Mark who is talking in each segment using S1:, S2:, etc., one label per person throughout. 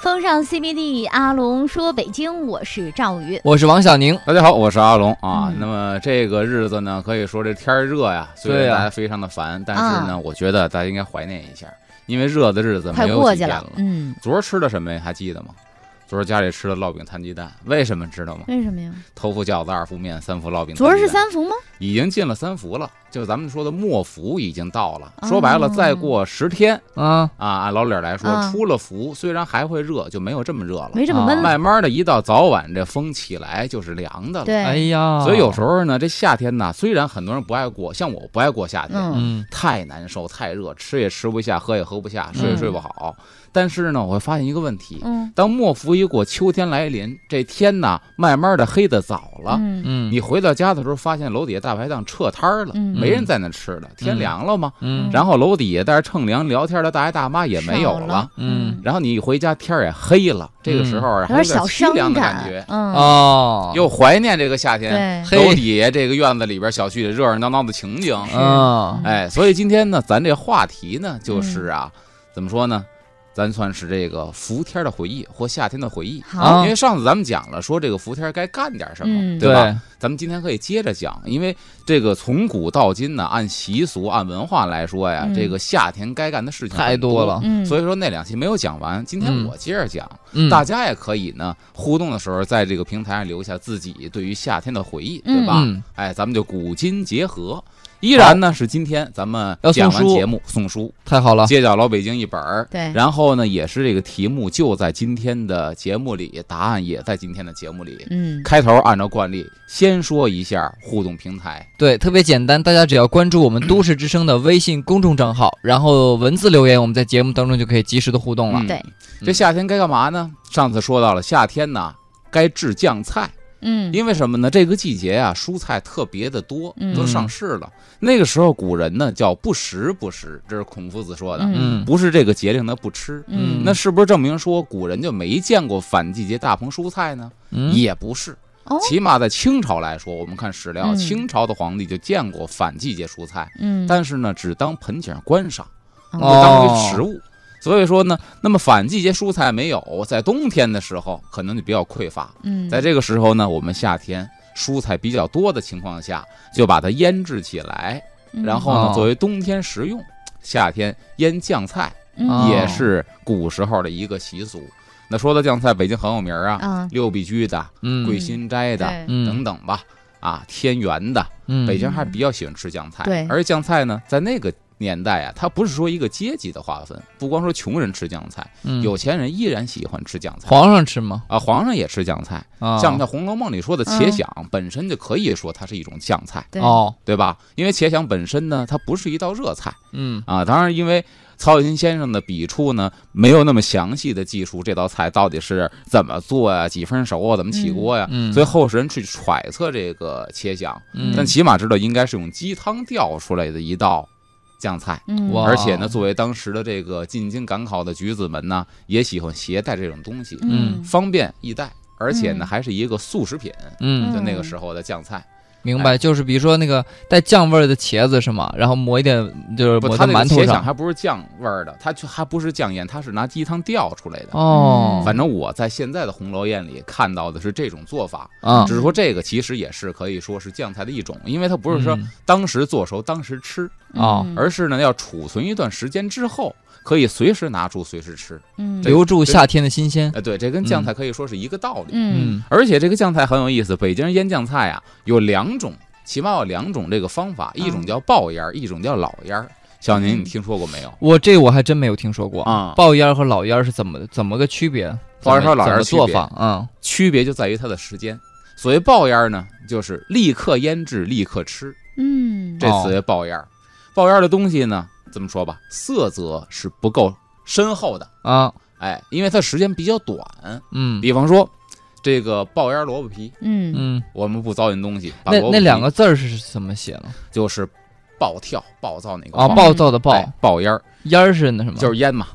S1: 风尚 CBD，阿龙说北京，我是赵宇。
S2: 我是王小宁，
S3: 大家好，我是阿龙啊。
S1: 嗯
S3: 那么这个日子呢，可以说这天儿热呀，虽
S2: 对
S3: 然
S2: 呀
S3: 大家非常的烦，但是呢，
S1: 啊
S3: 我觉得大家应该怀念一下，因为热的日子
S1: 快
S3: 没有
S1: 过
S3: 几
S1: 去
S3: 天
S1: 了，嗯，
S3: 昨儿吃的什么呀？还记得吗？昨儿家里吃的烙饼摊鸡蛋，为什么知道吗？
S1: 为什么呀？
S3: 头伏饺子，二伏面，三伏烙饼。
S1: 嗯昨儿是
S3: 摊鸡蛋，
S1: 三伏吗？
S3: 已经进了三伏了，就咱们说的末伏已经到了。
S1: 哦
S3: 说白了，再过十天
S2: 啊，
S3: 啊，按老理儿来说，
S1: 嗯
S3: 出了伏，虽然还会热，就没有这么热了。
S1: 没这么
S2: 啊
S1: 闷了。
S3: 慢慢的，一到早晚，这风起来就是凉的了。
S1: 对，
S2: 哎呀，
S3: 所以有时候呢，这夏天呢，虽然很多人不爱过，像我不爱过夏天，
S1: 嗯
S2: 嗯，
S3: 太难受，太热，吃也吃不下，喝也喝不下，睡也
S1: 嗯
S3: 睡不好。但是呢，我会发现一个问题，
S1: 嗯
S3: 当末伏一过，秋天来临，这天呐，慢慢的黑的早了。
S1: 嗯
S2: 嗯，
S3: 你回到家的时候，发现楼底下大排档撤摊儿了，
S1: 嗯
S3: 没人在那吃了，天凉了嘛。
S2: 嗯
S3: 然后楼底下在这乘凉聊天的大爷大妈也没有
S1: 少嗯
S3: 了。
S2: 嗯
S3: 然后你一回家，天儿也黑了，这个时候啊，
S1: 有
S3: 还有
S1: 点
S3: 点
S1: 小
S3: 凄
S1: 伤
S3: 凉的感
S1: 感
S3: 觉，，
S1: 嗯，
S2: 哦，
S3: 又怀念这个夏天。
S1: 对，
S2: 嘿
S3: 楼底下这个院子里边小区里热热闹闹的情景。
S2: 啊，
S3: 哎，所以今天呢，咱这话题呢，就是啊，
S1: 嗯
S3: 怎么说呢？咱算是这个伏天的回忆或夏天的回忆。啊
S1: 好，
S3: 因为上次咱们讲了，说这个伏天该干点什么，
S1: 嗯
S3: 对吧？咱们今天可以接着讲，因为这个从古到今呢，按习俗、按文化来说呀，
S1: 嗯
S3: 这个夏天该干的事情
S2: 太
S3: 很
S2: 多了，
S1: 嗯，
S3: 所以说那两期没有讲完，今天
S2: 嗯
S3: 我接着讲。
S2: 嗯，
S3: 大家也可以呢，互动的时候在这个平台上留下自己对于夏天的回忆，对吧？
S2: 嗯，
S3: 哎，咱们就古今结合。依然呢是今天咱们
S2: 要送
S3: 讲完
S2: 书
S3: 节目送书，
S2: 太好了，
S3: 街角老北京一本儿。
S1: 对
S3: 然后呢也是这个题目就在今天的节目里，答案也在今天的节目里。
S1: 嗯，
S3: 开头按照惯例先说一下互动平台，
S2: 对，特别简单，大家只要关注我们都市之声的微信公众账号，然后文字留言，我们在节目当中就可以及时的互动了。
S3: 嗯
S1: 对，
S3: 这夏天该干嘛呢？上次说到了夏天呢该制酱菜。
S1: 嗯，
S3: 因为什么呢？这个季节啊，蔬菜特别的多
S1: 嗯，
S3: 都上市了。那个时候古人呢叫不食不食，这是孔夫子说的，
S2: 嗯
S3: 不是这个节令他不吃。
S1: 嗯，
S3: 那是不是证明说古人就没见过反季节大棚蔬菜呢？
S2: 嗯，
S3: 也不是，
S1: 哦，
S3: 起码在清朝来说，我们看史料，
S1: 嗯
S3: 清朝的皇帝就见过反季节蔬菜，
S1: 嗯，
S3: 但是呢，只当盆景观赏，不
S1: 哦，
S3: 当为食物。所以说呢，那么反季节蔬菜没有，在冬天的时候可能就比较匮乏，
S1: 嗯，
S3: 在这个时候呢，我们夏天蔬菜比较多的情况下，就把它腌制起来，
S1: 嗯，
S3: 然后呢，
S2: 哦
S3: 作为冬天食用。夏天腌酱菜
S1: 嗯
S2: 哦
S3: 也是古时候的一个习俗。那说到酱菜，北京很有名儿啊，
S1: 啊，
S3: 六必居的、
S2: 嗯
S3: 桂新斋的、
S1: 对，
S2: 嗯
S3: 等等吧，啊，天元的，
S2: 嗯，
S3: 北京还是比较喜欢吃酱菜。
S1: 对
S3: 而酱菜呢，在那个年代啊，它不是说一个阶级的划分，不光说穷人吃酱菜，
S2: 嗯
S3: 有钱人依然喜欢吃酱菜
S2: 皇上吃吗？
S3: 啊，皇上也吃酱菜。
S2: 啊，嗯
S3: 像我们在《红楼梦》里说的茄鲞，本身就可以说它是一种酱菜，
S1: 对，
S2: 哦，
S3: 对吧？因为茄鲞本身呢，它不是一道热菜
S2: 嗯
S3: 啊。当然，因为曹雪芹先生的笔触呢，没有那么详细的记述这道菜到底是怎么做呀、几分熟啊、怎么起锅呀、
S2: 嗯，
S3: 所以
S2: 以
S3: 后世人去揣测这个茄鲞，
S1: 嗯
S3: 但起码知道应该是用鸡汤调出来的一道酱菜。
S1: 嗯，
S2: 哇
S3: 而且呢，作为当时的这个进京赶考的举子们呢，也喜欢携带这种东西，
S1: 嗯，
S3: 方便易带，而且呢
S1: 嗯
S3: 还是一个速食品。
S2: 嗯，
S3: 就那个时候的酱菜，
S2: 明白，就是比如说那个带酱味儿的茄子是吗？然后抹一点，就是
S3: 不，
S2: 抹
S3: 它
S2: 在
S3: 那个
S2: 馒头
S3: 茄酱
S2: 上。
S3: 还不是酱味儿的，它就还不是酱腌，它是拿鸡汤吊出来的。
S1: 嗯
S2: 哦，
S3: 反正我在现在的红楼宴里看到的是这种做法，
S2: 啊
S3: 只是说这个其实也是可以说是酱菜的一种，因为它不是说
S2: 嗯
S3: 当时做熟当时吃，
S2: 哦
S1: 嗯，
S3: 而是呢要储存一段时间之后，可以随时拿出随时吃。
S1: 嗯，
S2: 留住夏天的新鲜。
S3: 哎，对，这跟酱菜可以说是一个道理。
S1: 嗯，
S2: 嗯
S3: 而且这个酱菜很有意思，北京人腌酱菜啊有两种，起码有两种这个方法，一
S2: 嗯
S3: 种叫爆腌儿，一种叫老腌儿。小宁，你听说过没有？
S2: 我这我还真没有听说过
S3: 啊
S2: 爆烟儿和老烟儿是怎么怎么个区别？
S3: 爆烟儿和老
S2: 怎
S3: 烟
S2: 么
S3: 儿的区
S2: 做
S3: 别
S2: 法？嗯，
S3: 区别就在于它的时间。所谓爆烟儿呢，就是立刻腌制，立刻吃，
S1: 嗯，
S3: 这
S2: 哦
S3: 词为爆烟儿。爆烟儿的东西呢，这么说吧，色泽是不够深厚的，
S2: 啊，
S3: 哎，因为它时间比较短。
S2: 嗯
S3: 比方说，这个爆烟儿萝卜皮，
S1: 嗯，
S2: 嗯，
S3: 我们不糟践东西，把
S2: 那
S3: 萝卜
S2: 那
S3: 皮
S2: 两个字儿是怎么写的？
S3: 就是暴跳、暴躁那个
S2: 啊，
S3: 暴
S2: 暴躁的暴，
S3: 哎爆烟儿
S2: 烟儿是那什么？
S3: 就是烟嘛。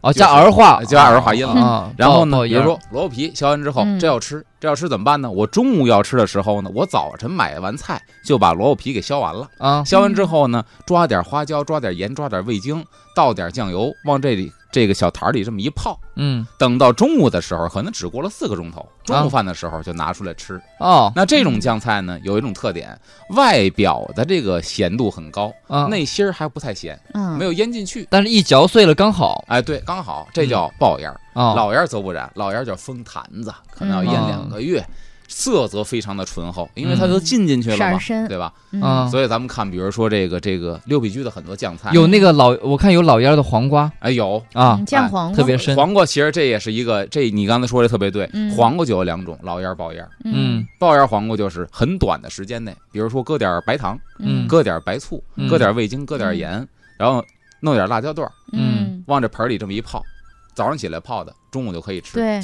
S2: 哦，
S3: 就是哎
S2: 加儿化，
S3: 加儿化音了
S2: 啊。
S3: 然后呢，
S2: 爆
S3: 比
S2: 烟
S3: 如
S2: 儿
S3: 说萝卜皮削完之后
S1: 嗯，
S3: 这要吃，这要吃怎么办呢？我中午要吃的时候呢，我早晨买完菜就把萝卜皮给削完了。
S2: 啊，
S1: 嗯
S3: 削完之后呢，抓点花椒，抓点盐，抓点味精，倒点酱油，往这里这个小坛儿里这么一泡，
S2: 嗯，
S3: 等到中午的时候，可能只过了四个钟头，
S1: 啊
S3: 中午饭的时候就拿出来吃。
S2: 哦，
S3: 那这
S1: 嗯
S3: 种酱菜呢，有一种特点，外表的这个咸度很高，
S2: 啊，
S3: 内心儿还不太咸，
S1: 嗯，
S3: 没有腌进去。
S2: 但是一嚼碎了刚好
S3: 哎，对，刚好，
S1: 嗯
S3: 这叫爆腌儿。
S2: 哦，
S3: 老腌儿则不然，老腌儿叫风坛子，可
S1: 嗯
S3: 能要腌两个月，色泽非常的醇厚，因为它都浸进去了
S1: 色儿
S3: 嘛，
S1: 深
S3: 对吧？
S1: 嗯
S2: 啊，
S3: 所以咱们看，比如说这个这个六必居的很多酱菜，
S2: 有那个老，我看有老腌儿的黄瓜
S3: 哎有
S2: 啊
S1: 嗯，酱黄瓜，
S2: 特别深，
S3: 黄瓜，其实这也是一个，这你刚才说的特别对，
S1: 嗯
S3: 黄瓜就有两种，老腌儿、爆腌儿。
S2: 嗯
S3: 爆腌黄瓜就是很短的时间内，比如说搁点儿白糖，
S2: 嗯
S3: 搁点儿白醋，
S2: 嗯
S3: 搁点儿味精，搁点儿盐，然后弄点儿辣椒段儿，
S1: 嗯，
S3: 往这盆儿里这么一泡，早上起来泡的，中午就可以吃。
S1: 对，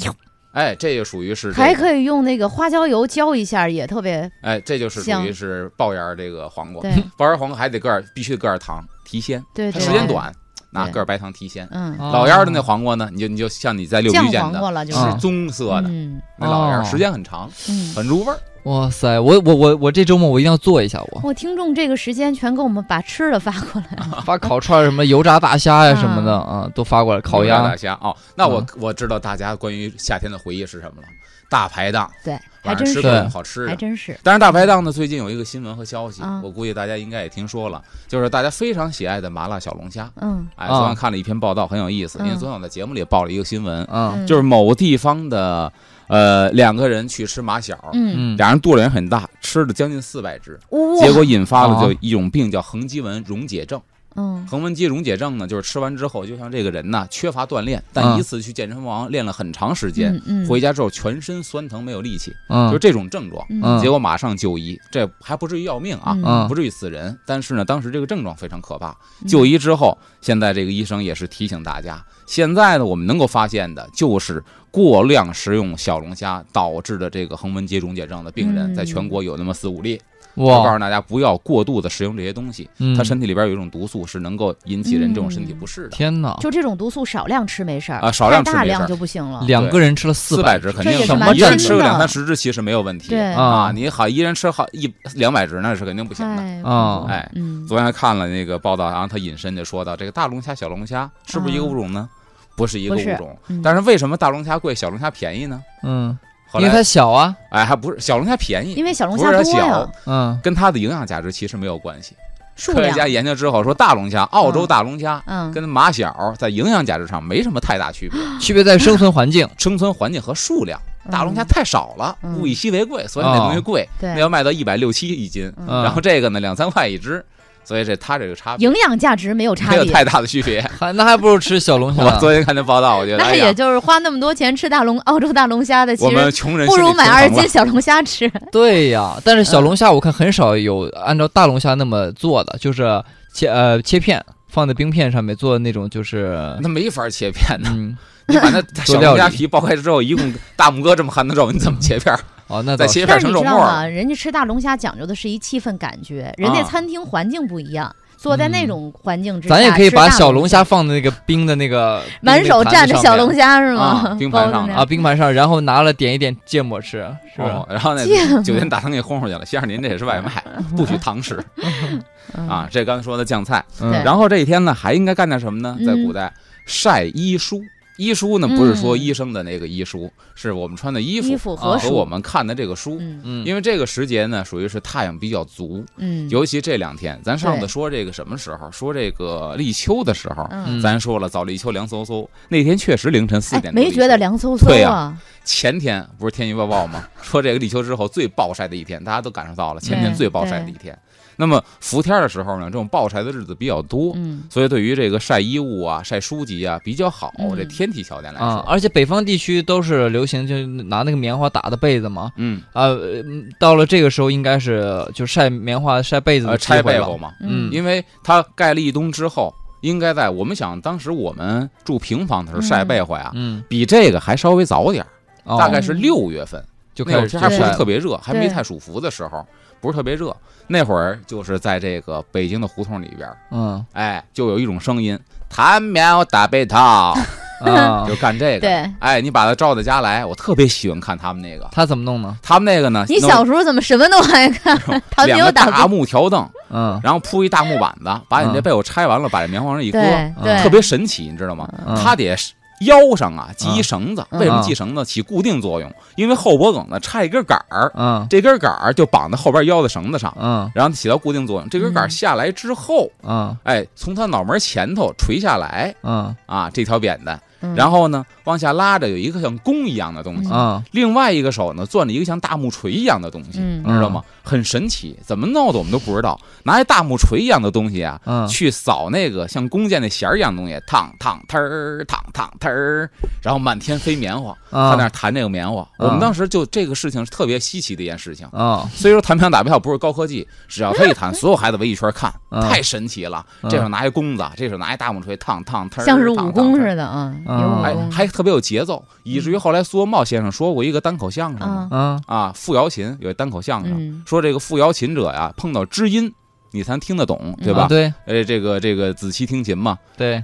S3: 哎，这就属于是、这个，
S1: 还可以用那个花椒油浇一下，也特 别
S3: 哎，这就是属于
S1: 香
S3: 是爆腌儿这个黄瓜。
S1: 对
S3: 爆腌儿黄瓜还得搁点儿，必须得搁点儿糖提鲜，
S1: 对
S3: 它
S1: 对。
S3: 嗯时间短，那
S1: 对
S3: 搁点儿白糖提鲜。
S1: 嗯，
S2: 哦
S3: 老腌儿的那黄瓜呢，你就你就像你在六
S1: 酱
S3: 局见
S1: 黄
S3: 的，
S1: 瓜了就是是
S2: 嗯
S3: 棕色的
S1: 嗯
S3: 那老腌儿，
S2: 哦
S3: 时间很长，
S1: 嗯。
S3: 很入味儿。
S2: 哇塞，我我我我这周末我一定要做一下，我
S1: 我听众这个时间全给我们把吃的发 过来，
S2: 发烤串儿什么油炸大虾呀
S1: 啊
S2: 什 么的啊，都发过来，烤
S3: 牛
S2: 鸭
S3: 大虾哦，那我
S2: 嗯
S3: 我知道大家关于夏天的回忆是什么了，大排档，
S1: 对，还
S3: 晚
S1: 真
S3: 上吃
S1: 是
S3: 各种
S2: 对
S3: 好吃
S1: 还
S3: 的。
S1: 真是，
S3: 但是大排档呢，最近有一个新闻和消息
S1: 啊，
S3: 我估计大家应该也听说了，就是大家非常喜爱的麻辣小龙虾。
S1: 嗯
S3: 哎，
S2: 啊
S3: 昨天看了一篇报道，很有意思，因为
S1: 嗯
S3: 昨天我在节目里报了一个新闻，
S2: 嗯
S1: 嗯
S3: 就是某地方的呃两个人去吃马小，
S1: 嗯，
S2: 嗯，
S3: 俩人肚量也很大，吃了将近四百只，
S1: 哇
S3: 嗯结果引发了就
S2: 啊
S3: 一种病叫横肌纹溶解症。
S1: 嗯
S3: 横纹肌溶解症呢，就是吃完之后，就像这个人呐缺乏锻炼，但
S2: 嗯
S3: 一次去健身房练了很长时间，
S1: 嗯嗯，
S3: 回家之后全身酸疼没有力气，就
S2: 嗯
S3: 是这种症状。
S1: 嗯
S2: 嗯
S3: 结果马上就医，这还不至于要命啊，
S2: 嗯
S3: 不至于死人。但是呢，当时这个症状非常可怕。
S1: 嗯
S3: 就医之后，现在这个医生也是提醒大家，现在呢，我们能够发现的就是过量食用小龙虾导致的这个横纹肌溶解症的病人，
S1: 嗯
S3: 在全国有那么四五例。我告
S2: 哇，
S3: 诉大家，不要过度的食用这些东西，
S2: 嗯
S3: 它身体里边有一种毒素是能够引起人这种身体不适的。
S2: 天哪，
S1: 就这种毒素少量吃没事儿
S3: 啊少量
S1: 太
S3: 吃
S1: 大
S3: 没事儿
S1: 量就不行了，
S2: 两个人吃了四
S3: 四百只肯定
S1: 这也
S3: 是
S1: 是
S2: 蛮
S3: 一人
S2: 真
S3: 吃个
S1: 的
S3: 两三十只其实没有问题。
S1: 对
S3: 啊
S2: 啊，，
S3: 你好，一人吃好一两百只那是肯定不行的。
S1: 太
S2: 啊
S3: 哎，
S1: 嗯
S3: 昨天还看了那个报道，然后他引申就说到，这个大龙虾、小龙虾是不是一个物种呢？不是一
S1: 嗯
S3: 个
S1: 不是
S3: 物种。
S1: 嗯
S3: 但是为什么大龙虾贵，小龙虾便宜呢？
S2: 嗯，
S3: 后
S2: 因为它
S3: 来，
S2: 小啊，
S3: 哎，还不是小龙虾便宜，
S1: 因为小龙
S3: 不
S1: 虾
S3: 是它
S1: 多呀
S3: 小，，
S2: 嗯
S3: 跟它的营养价值其实没有关系。
S1: 数
S3: 科学家
S1: 量，
S3: 研究之后说，大龙虾、澳洲
S1: 嗯
S3: 大龙虾
S1: 嗯，
S3: 跟马小在营养价值上没什么太大区 别，
S1: 啊
S2: 区别在生存 环境，
S3: 生存环境和数量。大龙虾
S1: 嗯
S3: 太少了，
S1: 嗯
S3: 物以稀为贵，所以那东西
S2: 哦
S3: 贵，
S1: 对
S3: 那要卖到一百六七一斤，
S1: 嗯
S2: 嗯
S3: 然后这个呢两三块一只，所以这它这个差别
S1: 营养价值没有差
S3: 没有
S1: 别，
S3: 太大的区别。
S2: 还那还不如吃小龙虾
S3: 我
S2: 呢。
S3: 昨天看那报道，我觉得
S1: 那
S3: 哎
S1: 也
S3: 呀，
S1: 就是花那么多钱吃大龙澳洲大龙虾的，其
S3: 我们
S1: 实
S3: 穷人
S1: 不如买二
S3: 心
S1: 十斤
S3: 里平衡了。
S1: 小龙虾 吃。
S2: 对呀，但是小龙虾我看很少有按照大龙虾那么做的，就是切呃切片放在冰片上面做的那种，就是
S3: 那没法切片呢，
S2: 嗯
S3: 你 把那小
S2: 做
S3: 龙
S2: 料理
S3: 虾皮剥开之后，一共大拇哥这么含的肉，你怎么切片儿？
S2: 哦那倒
S3: 再
S2: 是
S3: 切片
S1: 但
S3: 儿
S1: 是
S3: 成
S1: 你
S3: 肉
S1: 知
S3: 末
S1: 道吗？
S3: 儿。
S1: 人家吃大龙虾讲究的是一气氛感觉，人家
S3: 啊嗯
S1: 餐厅环境不一样，坐在那种环境之下，
S2: 咱也可以把
S1: 吃大
S2: 小龙虾放在那个冰的那个
S1: 满手蘸着小龙
S2: 虾
S1: 虾是吗
S3: 啊？冰盘上
S1: 包着那
S2: 啊冰盘上，然后拿了点一点芥末吃，是吧
S3: 哦？然 后
S1: 芥末
S3: 那酒店大堂给轰出去了。先生，您这也是 外卖，不许堂食
S1: 嗯
S3: 啊！这刚才说的酱菜，
S2: 嗯
S1: 对
S3: 然后这一天呢，还应该干点什么呢？在古
S1: 嗯
S3: 代晒医书，医书呢不是说
S1: 嗯
S3: 医生的那个医书，是我们穿的衣服
S1: 衣服
S2: 啊
S1: 和
S3: 和
S1: 熟，
S3: 我们看的这个书。
S1: 嗯
S2: 嗯，
S3: 因为这个时节呢，属于是太阳比较足，
S1: 嗯
S3: 尤其这两天，咱上次
S1: 对
S3: 说这个什么时候？说这个立秋的时候，
S1: 嗯，
S3: 咱说了早立秋凉飕飕，那天确实凌晨四
S1: 哎，
S3: 点多立
S1: 没
S3: 秋。
S1: 觉得凉飕
S3: 对
S1: 飕
S3: 呀
S1: 啊？
S3: 前天不是天气预报吗？ 说这个立秋之后最暴晒的一天，大家都感受到了，前天
S1: 对
S3: 最暴晒的一天。那么伏天的时候呢，这种暴晒的日子比较多，
S1: 嗯，
S3: 所以对于这个晒衣物啊、晒书籍啊比较好。
S1: 嗯
S3: 这天气条件来
S2: 啊，
S3: 说，
S2: 而且北方地区都是流行就拿那个棉花打的被子嘛，
S3: 嗯，
S2: 啊，呃到了这个时候应该是就晒棉花晒被子
S3: 呃，
S2: 的
S3: 拆
S2: 机会
S3: 被
S2: 了
S3: 后嘛，
S2: 嗯
S3: 因为它盖了一冬之后，应该在我们想当时我们住平房的时候晒
S1: 嗯
S3: 被子呀，
S2: 嗯，
S3: 比这个还稍微早点儿，
S2: 哦
S3: 啊大概是六月份，
S2: 就
S3: 那
S2: 开
S3: 会儿
S2: 始晒
S3: 天还不是
S2: 了
S3: 特别热，还没
S1: 对
S3: 太暑伏的时候，不是特别热。那会儿就是在这个北京的胡同里边儿，
S2: 嗯
S3: 哎，就有一种声音，弹苗打被套，
S2: 啊
S3: 就，干这个。
S1: 对。
S3: 哎，你把他招到家来，我特别喜欢看他们那个，
S2: 他怎么弄呢？
S3: 他们那个呢，
S1: 你
S3: 弄
S1: 小时候怎么什么都爱看？唐
S3: 两
S1: 牛
S3: 个
S1: 打
S3: 大
S1: 不
S3: 木条凳，
S2: 嗯
S3: 然后铺一大木板子，把你这被褥拆完了，把这棉花往上一搁，啊
S1: 对
S2: 嗯
S1: 对，
S3: 特别神奇，你知道吗？
S2: 嗯
S3: 它得是腰上啊系一绳子，
S1: 嗯
S3: 为什么系绳子？起固定作用，因为后脖梗呢插一根杆儿，
S2: 嗯
S3: 这根杆儿就绑在后边腰的绳子上，
S2: 嗯
S3: 然后起到固定作用。这根杆儿
S1: 嗯
S3: 下来之后，
S2: 嗯
S3: 哎，从他脑门前头垂下来
S2: 嗯
S3: 啊，这条扁担，
S1: 嗯
S3: 然后呢往下拉着有一个像弓一样的东西，
S2: 嗯
S3: 另外一个手呢攥着一个像大木锤一样的东西，
S1: 嗯
S3: 知道吗？很神奇，怎么弄的我们都不知道。拿一大木锤一样的东西啊，
S2: 嗯，
S3: 去扫那个像弓箭那弦儿一样的东西，烫烫嘚儿，烫烫嘚儿，然后满天飞棉花，他
S2: 啊
S3: 那儿弹这个棉花。我
S2: 啊
S3: 们当时就这个事情是特别稀奇的一件事情。
S2: 啊
S3: 所以说弹枪打票不是高科技，只要他一弹，所有孩子围一圈看，
S2: 啊
S3: 太神奇了。
S2: 啊
S3: 这手拿一弓子，这手拿一大木锤，烫烫嘚儿，
S1: 像是
S3: 烫
S1: 武
S3: 烫
S1: 功
S3: 嘚儿
S1: 似的嗯啊，有
S2: 嗯
S1: 武
S3: 哎
S1: 功，，
S3: 还特别有节奏，以至于后来苏文茂先生说过一个单口相声嘛，
S1: 啊，
S2: 啊
S3: 啊，傅瑶琴有一单口相声，
S1: 嗯，
S3: 说这个傅瑶琴者呀，碰到知音，你才能听得懂，对
S2: 啊
S3: 吧？
S2: 对
S3: 呃，这个这个子期听琴嘛，
S2: 对，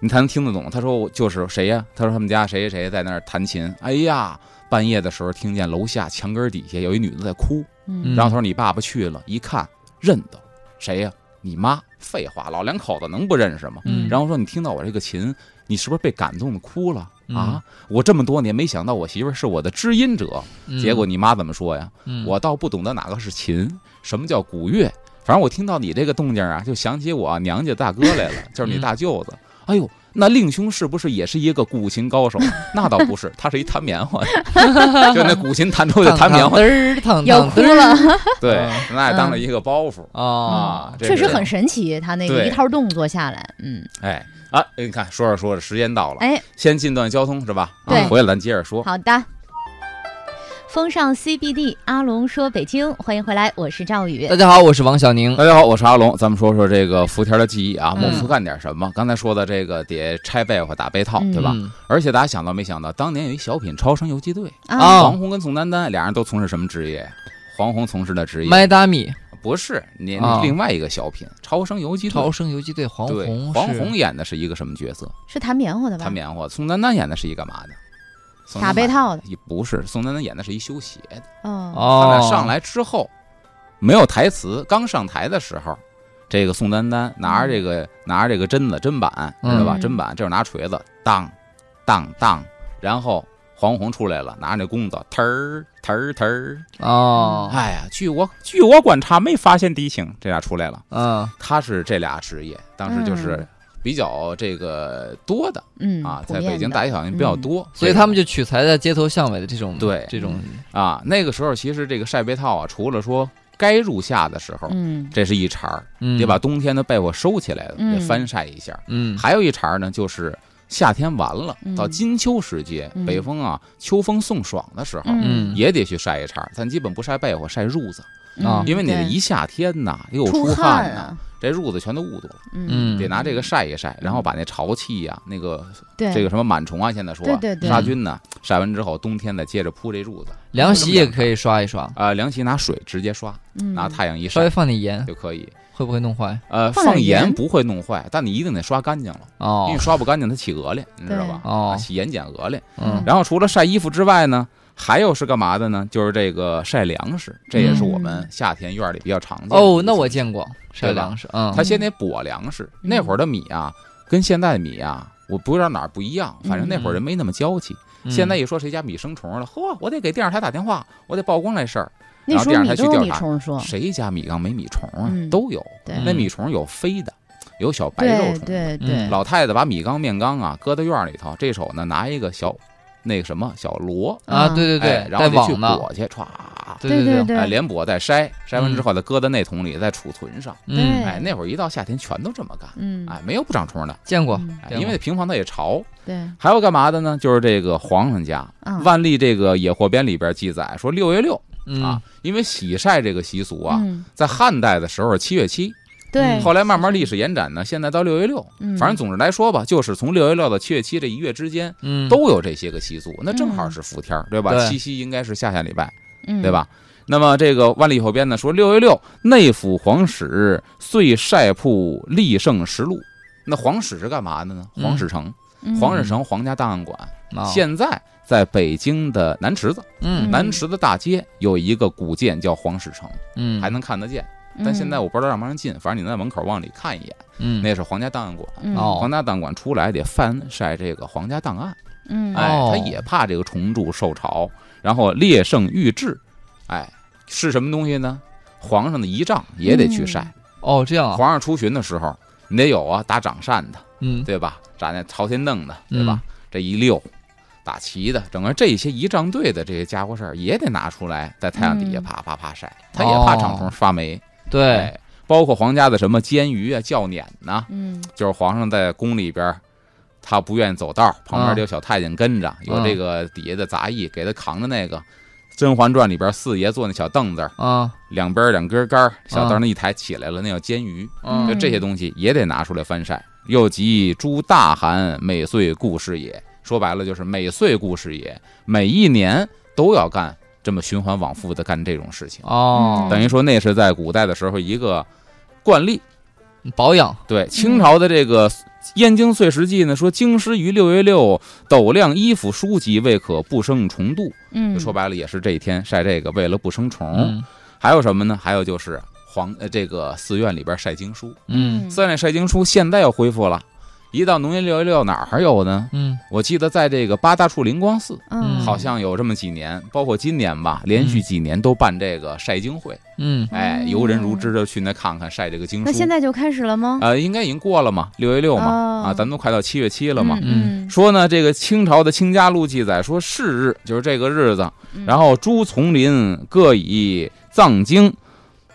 S3: 你才能听得懂。他说我就是谁呀？他说他们家谁谁谁在那儿弹琴。哎呀，半夜的时候听见楼下墙根底下有一女的在哭，
S1: 嗯
S3: 然后他说你爸爸去了，一看认得，谁呀？你妈。废话，老两口子能不认识吗？
S2: 嗯
S3: 然后说你听到我这个琴，你是不是被感动的哭了
S2: 嗯
S3: 啊？我这么多年没想到我媳妇儿是我的知音者，结果你妈怎么说呀？
S2: 嗯
S3: 我倒不懂得哪个是琴，什么叫古乐，反正我听到你这个动静啊，就想起我娘家大哥来了，就是你大舅子。哎呦，那令兄是不是也是一个古琴高手？那倒不是，他是一弹棉花 的，就那古琴弹出 去弹棉花
S2: 嘚。儿烫
S1: 要
S2: 烫
S1: 哭
S2: 嘚儿
S1: 了，
S3: 对
S2: 嗯，
S3: 那也当了一个包袱
S2: 啊
S3: 啊， 这
S1: 嗯确实
S3: 是
S1: 很神奇，他那个
S3: 对
S1: 一套动作下来，嗯，
S3: 哎啊！你看，说着说着，时间到了，
S1: 哎，
S3: 先进段交通是吧？啊
S1: 对
S3: 回来咱接着说。
S1: 好的。风尚 CBD，阿龙说北京，欢迎回来，我是赵宇
S2: 大。
S3: 呃
S2: 家好，我是王小宁。
S3: 大家好，我是阿龙。咱们说说这个福田的记忆啊，
S1: 嗯
S3: 孟夫干点什么？刚才说的这个得拆被窝、打被套，
S1: 嗯
S3: 对吧？
S2: 嗯
S3: 而且大家想到没想到，当年有一小品《超生游击队》，
S1: 哦
S2: 啊
S3: 黄宏跟宋丹丹俩人都从事什么职业？黄宏从事的职业
S2: ，My Dummy
S3: 不是你
S2: 啊
S1: 哦
S3: 你另外一个小品《超生游击队
S2: 超》，生游击队黄
S3: 对，
S2: 宏，
S3: 黄宏，演的是一个什么角色？
S1: 是弹棉花的吧？
S3: 弹棉花。宋丹丹演的是一干嘛的？宋丹
S1: 打
S3: 丹
S1: 被套的，
S3: 也不是，宋丹丹演的是一修鞋的。
S1: 哦，
S3: 他
S2: 哦，
S3: 俩嗯上来之后没有台词，刚上台的时候，这个宋丹丹拿着这
S2: 嗯
S3: 个拿着这个针子针板，知道吧？
S1: 嗯
S3: 针板，这手拿锤子，当当当，然后黄宏出来了，拿着那弓子，腾儿腾儿腾儿。
S2: 哦，
S3: 哎呀，据我据我观察，没发现敌情。这俩出来了，
S2: 嗯
S3: 他是这俩职业，当时就是比较这个多的
S1: 嗯
S3: 啊，
S1: 普
S3: 在
S1: 遍
S3: 北京
S1: 的
S3: 大街小巷比较
S1: 嗯
S3: 多，
S2: 所以他们就取材在街头巷尾的这种
S3: 对
S2: 这种
S3: 啊，那个时候其实这个晒被套啊，除了说该入夏的时候，
S1: 嗯
S3: 这是一茬儿，
S2: 嗯
S3: 得把冬天的被窝收起来了，
S1: 嗯
S3: 得翻晒一下。
S2: 嗯
S3: 还有一茬儿呢，就是夏天完了
S1: 嗯，
S3: 到金秋时节
S1: 嗯，
S3: 北风啊，秋风送爽的时候，
S1: 嗯
S2: 嗯
S3: 也得去晒一茬儿。但基本不晒被窝，晒褥子，
S2: 啊
S1: 嗯
S3: 因为你这
S1: 对
S3: 一夏天呐，又
S1: 出
S3: 出
S1: 汗
S3: 呐，
S1: 啊，
S3: 这褥子全都雾住了，
S1: 嗯，
S2: 嗯
S3: 得拿这个晒一晒，然后把那潮气呀，那个
S1: 对，
S3: 这个什么螨虫啊，现在说啊
S1: 对对对
S3: 杀菌呢，晒完之后，冬天再接着铺这褥子。
S2: 凉席也可以刷一刷，
S3: 啊，凉席拿水直接刷，
S1: 嗯
S3: 拿太阳一
S2: 稍微
S3: 晒
S2: 放点盐
S3: 就可以。
S2: 会不会弄坏？
S3: 呃，
S1: 放
S3: 放
S1: 点盐
S3: 盐不会弄坏，但你一定得刷干净了。因
S2: 哦
S3: 为刷不干净它起鹅来，你知道吧？嗯啊
S2: 哦
S3: 起盐碱鹅来。
S2: 嗯
S3: 然后除了晒衣服之外呢，还有是干嘛的呢？就是这个晒粮食，这也是我们夏天院里比较常见的
S2: 哦，那我见过晒
S3: 对吧
S2: 粮食，嗯
S3: 他先得粤粮食，
S1: 嗯
S3: 那会儿的米啊，跟现在的米啊。我不知道哪儿不一样，反正那会儿人没那么娇气。
S2: 嗯
S3: 现在一说谁家米生虫了，呵，我得给电视台打电话，我得曝光这事儿。
S1: 那
S3: 然后
S1: 时候
S3: 这样
S1: 你
S3: 他去
S1: 都有
S3: 调
S1: 米
S3: 查
S1: 虫说，
S3: 谁家米缸没米虫啊？
S1: 嗯
S3: 都有。
S1: 对
S3: 那米虫有飞的，有小白肉
S1: 对
S3: 虫的，
S1: 对
S2: 嗯
S1: 对，
S3: 老太太把米缸、面缸啊搁到院儿里头，这手呢拿一个小那个什么小螺，
S2: 啊，对对
S3: 哎
S2: 对，
S3: 然后
S2: 带
S3: 得去
S2: 网的，
S3: 裹去，歘，
S1: 对
S2: 对，
S1: 对，嗯
S3: 哎，连裹带筛，筛完之后再搁到那桶里，再储存上。
S1: 对
S2: 嗯，
S3: 哎，那会儿一到夏天全都这么干，
S1: 嗯
S3: 哎，没有不长虫的，
S2: 见过，
S1: 嗯
S3: 哎
S2: 见过
S3: 因为平房它也潮。
S1: 对
S3: 还有干嘛的呢？就是这个皇上家，
S1: 啊
S3: 万历这个野货编里边记载说六月六啊
S2: 嗯，
S3: 因为洗晒这个习俗啊，
S1: 嗯
S3: 在汉代的时候是七月七，
S1: 对，
S3: 嗯后来慢慢历史延展呢，现在到六月六。
S1: 嗯
S3: 反正总之来说吧，就是从六月六到七月七这一月之间，
S2: 嗯
S3: 都有这些个习俗，那正好
S1: 嗯
S3: 是伏天儿，对吧？
S2: 对
S3: 七夕应该是下下礼拜，
S1: 嗯
S3: 对吧？那么这个万历后边呢说六月六内府皇室遂晒铺立圣实录。那皇室是干嘛的呢？
S2: 嗯
S3: 皇室城，
S1: 嗯
S3: 皇室城皇家档案馆，
S2: 哦
S3: 现在在北京的南池子，
S2: 嗯
S1: 嗯
S3: 南池子大街有一个古建叫皇室城，
S2: 嗯
S3: 还能看得见。但
S1: 嗯
S3: 现在我不知道让不让进，反正你能在门口往里看一眼。
S2: 嗯，
S3: 那是皇家档案馆，
S1: 嗯
S2: 哦
S3: 皇家档案馆出来得翻晒这个皇家档案，
S1: 嗯
S3: 哎，
S2: 哦
S3: 他也怕这个虫蛀受潮，然后烈圣御制，哎，是什么东西呢？皇上的仪仗也得去晒，
S2: 哦，这样啊，
S3: 皇上出巡的时候，你得有啊打掌扇的，
S2: 嗯，
S3: 对吧？打那朝天凳的，对吧？这一溜。打旗的，整个这些仪仗队的这些家伙事儿也得拿出来，在太阳底下
S1: 嗯
S3: 啪啪啪晒，他也怕长虫发霉。
S2: 哦对，
S3: 哎，包括皇家的什么监鱼啊、教辇呐、
S1: 嗯
S3: 就是皇上在宫里边儿，他不愿意走道儿，旁边
S2: 啊
S3: 儿得有小太监跟着，有
S2: 啊
S3: 这个底下的杂役给他扛着那个《甄嬛传》里边儿四爷坐那小凳子儿，
S2: 啊，
S3: 两边儿两根杆儿，小
S2: 啊
S3: 凳儿那一抬起来了，那叫煎鱼，
S2: 嗯
S3: 就这些东西也得拿出来翻晒。又及诸大汗每岁故事也，说白了就是每岁故事也，每一年都要干这么循环往复的干这种事情，
S2: 哦，
S3: 等于说那是在古代的时候一个惯例。
S2: 嗯保养，
S1: 嗯
S3: 对，清朝的这个《燕京岁时记》呢，说京师于六月六，斗量衣服书籍，未可不生虫蠹。
S1: 嗯，
S3: 就说白了，也是这一天晒这个，为了不生虫。
S2: 嗯
S3: 还有什么呢？还有就是皇呃这个寺院里边晒经书，
S2: 嗯
S3: 寺院里晒经书现在又恢复了。一到农历六月六，哪儿还有呢？
S2: 嗯，
S3: 我记得在这个八大处灵光寺，
S1: 嗯，
S3: 好像有这么几年，包括今年吧，连续几年都办这个晒经会。
S2: 嗯，
S3: 哎，
S1: 哦
S3: 游人如织的去那看看晒这个经书。
S1: 那现在就开始了吗？
S3: 呃，应该已经过了嘛，六月六嘛，
S1: 嗯哦
S3: 啊，咱们都快到七月七了嘛。
S1: 嗯，
S3: 说呢，这个清朝的《清嘉录》记载说，是日就是这个日子，
S1: 嗯
S3: 然后诸丛林各以藏经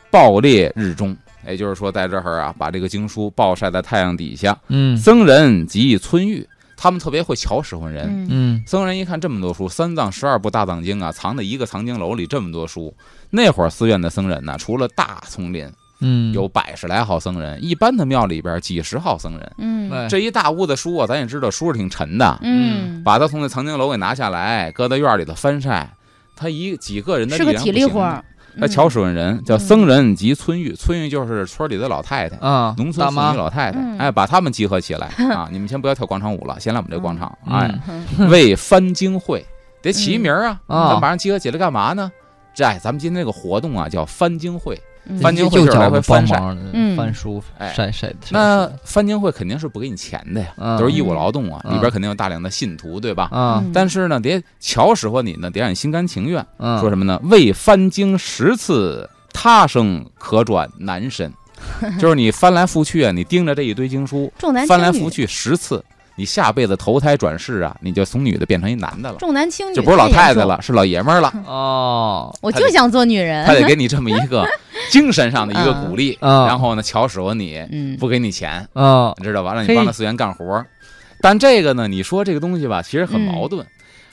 S3: 爆裂日中，也就是说，在这儿啊，把这个经书暴晒在太阳底下。
S2: 嗯，
S3: 僧人及村玉，他们特别会瞧使唤人。
S1: 嗯
S2: 嗯，
S3: 僧人一看这么多书，三藏十二部大藏经啊，藏在一个藏经楼里这么多书。那会儿寺院的僧人呢，除了大丛林，
S2: 嗯，
S3: 有百十来号僧人，一般的庙里边几十号僧人。
S1: 嗯
S2: 哎，
S3: 这一大屋子书啊，咱也知道书是挺沉的，
S1: 嗯，
S3: 把他从那藏经楼给拿下来，搁在院里头翻晒。他一几个人的
S1: 是个
S3: 力量
S1: 体
S3: 不
S1: 力
S3: 行
S1: 活儿。嗯
S3: 他巧手艺人叫僧人及村玉，村玉就是村里的老太太，
S2: 啊，
S3: 农村
S2: 大
S3: 妇
S2: 妈
S3: 女，老太太
S1: 嗯。
S3: 哎，把他们集合起来啊！你们先不要跳广场舞了，先来我们这广场。
S2: 嗯
S3: 哎，
S1: 嗯
S3: 为翻经会得起名儿啊！
S2: 嗯啊
S3: 咱把人集合起来干嘛呢？这哎，咱们今天这个活动啊叫翻经会。
S1: 嗯
S3: 翻经会
S2: 就
S3: 就是
S2: 叫
S3: 来
S2: 我
S3: 回
S2: 们帮
S3: 翻晒
S2: 忙的
S1: 嗯
S2: 翻书，
S3: 哎
S2: 晒晒。
S3: 那翻经会肯定是不给你钱的呀，
S2: 嗯
S3: 都是义务劳动啊，
S2: 嗯
S3: 里边肯定有大量的信徒，对吧？
S2: 啊，
S1: 嗯
S3: 但是呢，得巧使唤你呢，得让你心甘情愿。
S2: 嗯，
S3: 说什么呢？未翻经十次，他生可转难身。就是你翻来覆去啊，你盯着这一堆经书，
S1: 重男
S3: 翻
S1: 轻
S3: 来
S1: 女
S3: 覆，去十次，你下辈子投胎转世啊，你就从女的变成一男的了，
S1: 重男轻女，
S3: 就不是老太太。了，是老爷们儿了。
S2: 哦，
S1: 我就想做女人
S3: 他。得给你这么一个精神上的一个鼓励，
S2: 嗯嗯
S3: 然后呢，巧使唤你，
S1: 嗯，
S3: 不给你钱，
S2: 啊，
S3: 你知道吧？让你
S2: 嘿
S3: 帮着寺院干活儿。但这个呢，你说这个东西吧，其实
S1: 嗯
S3: 很矛盾。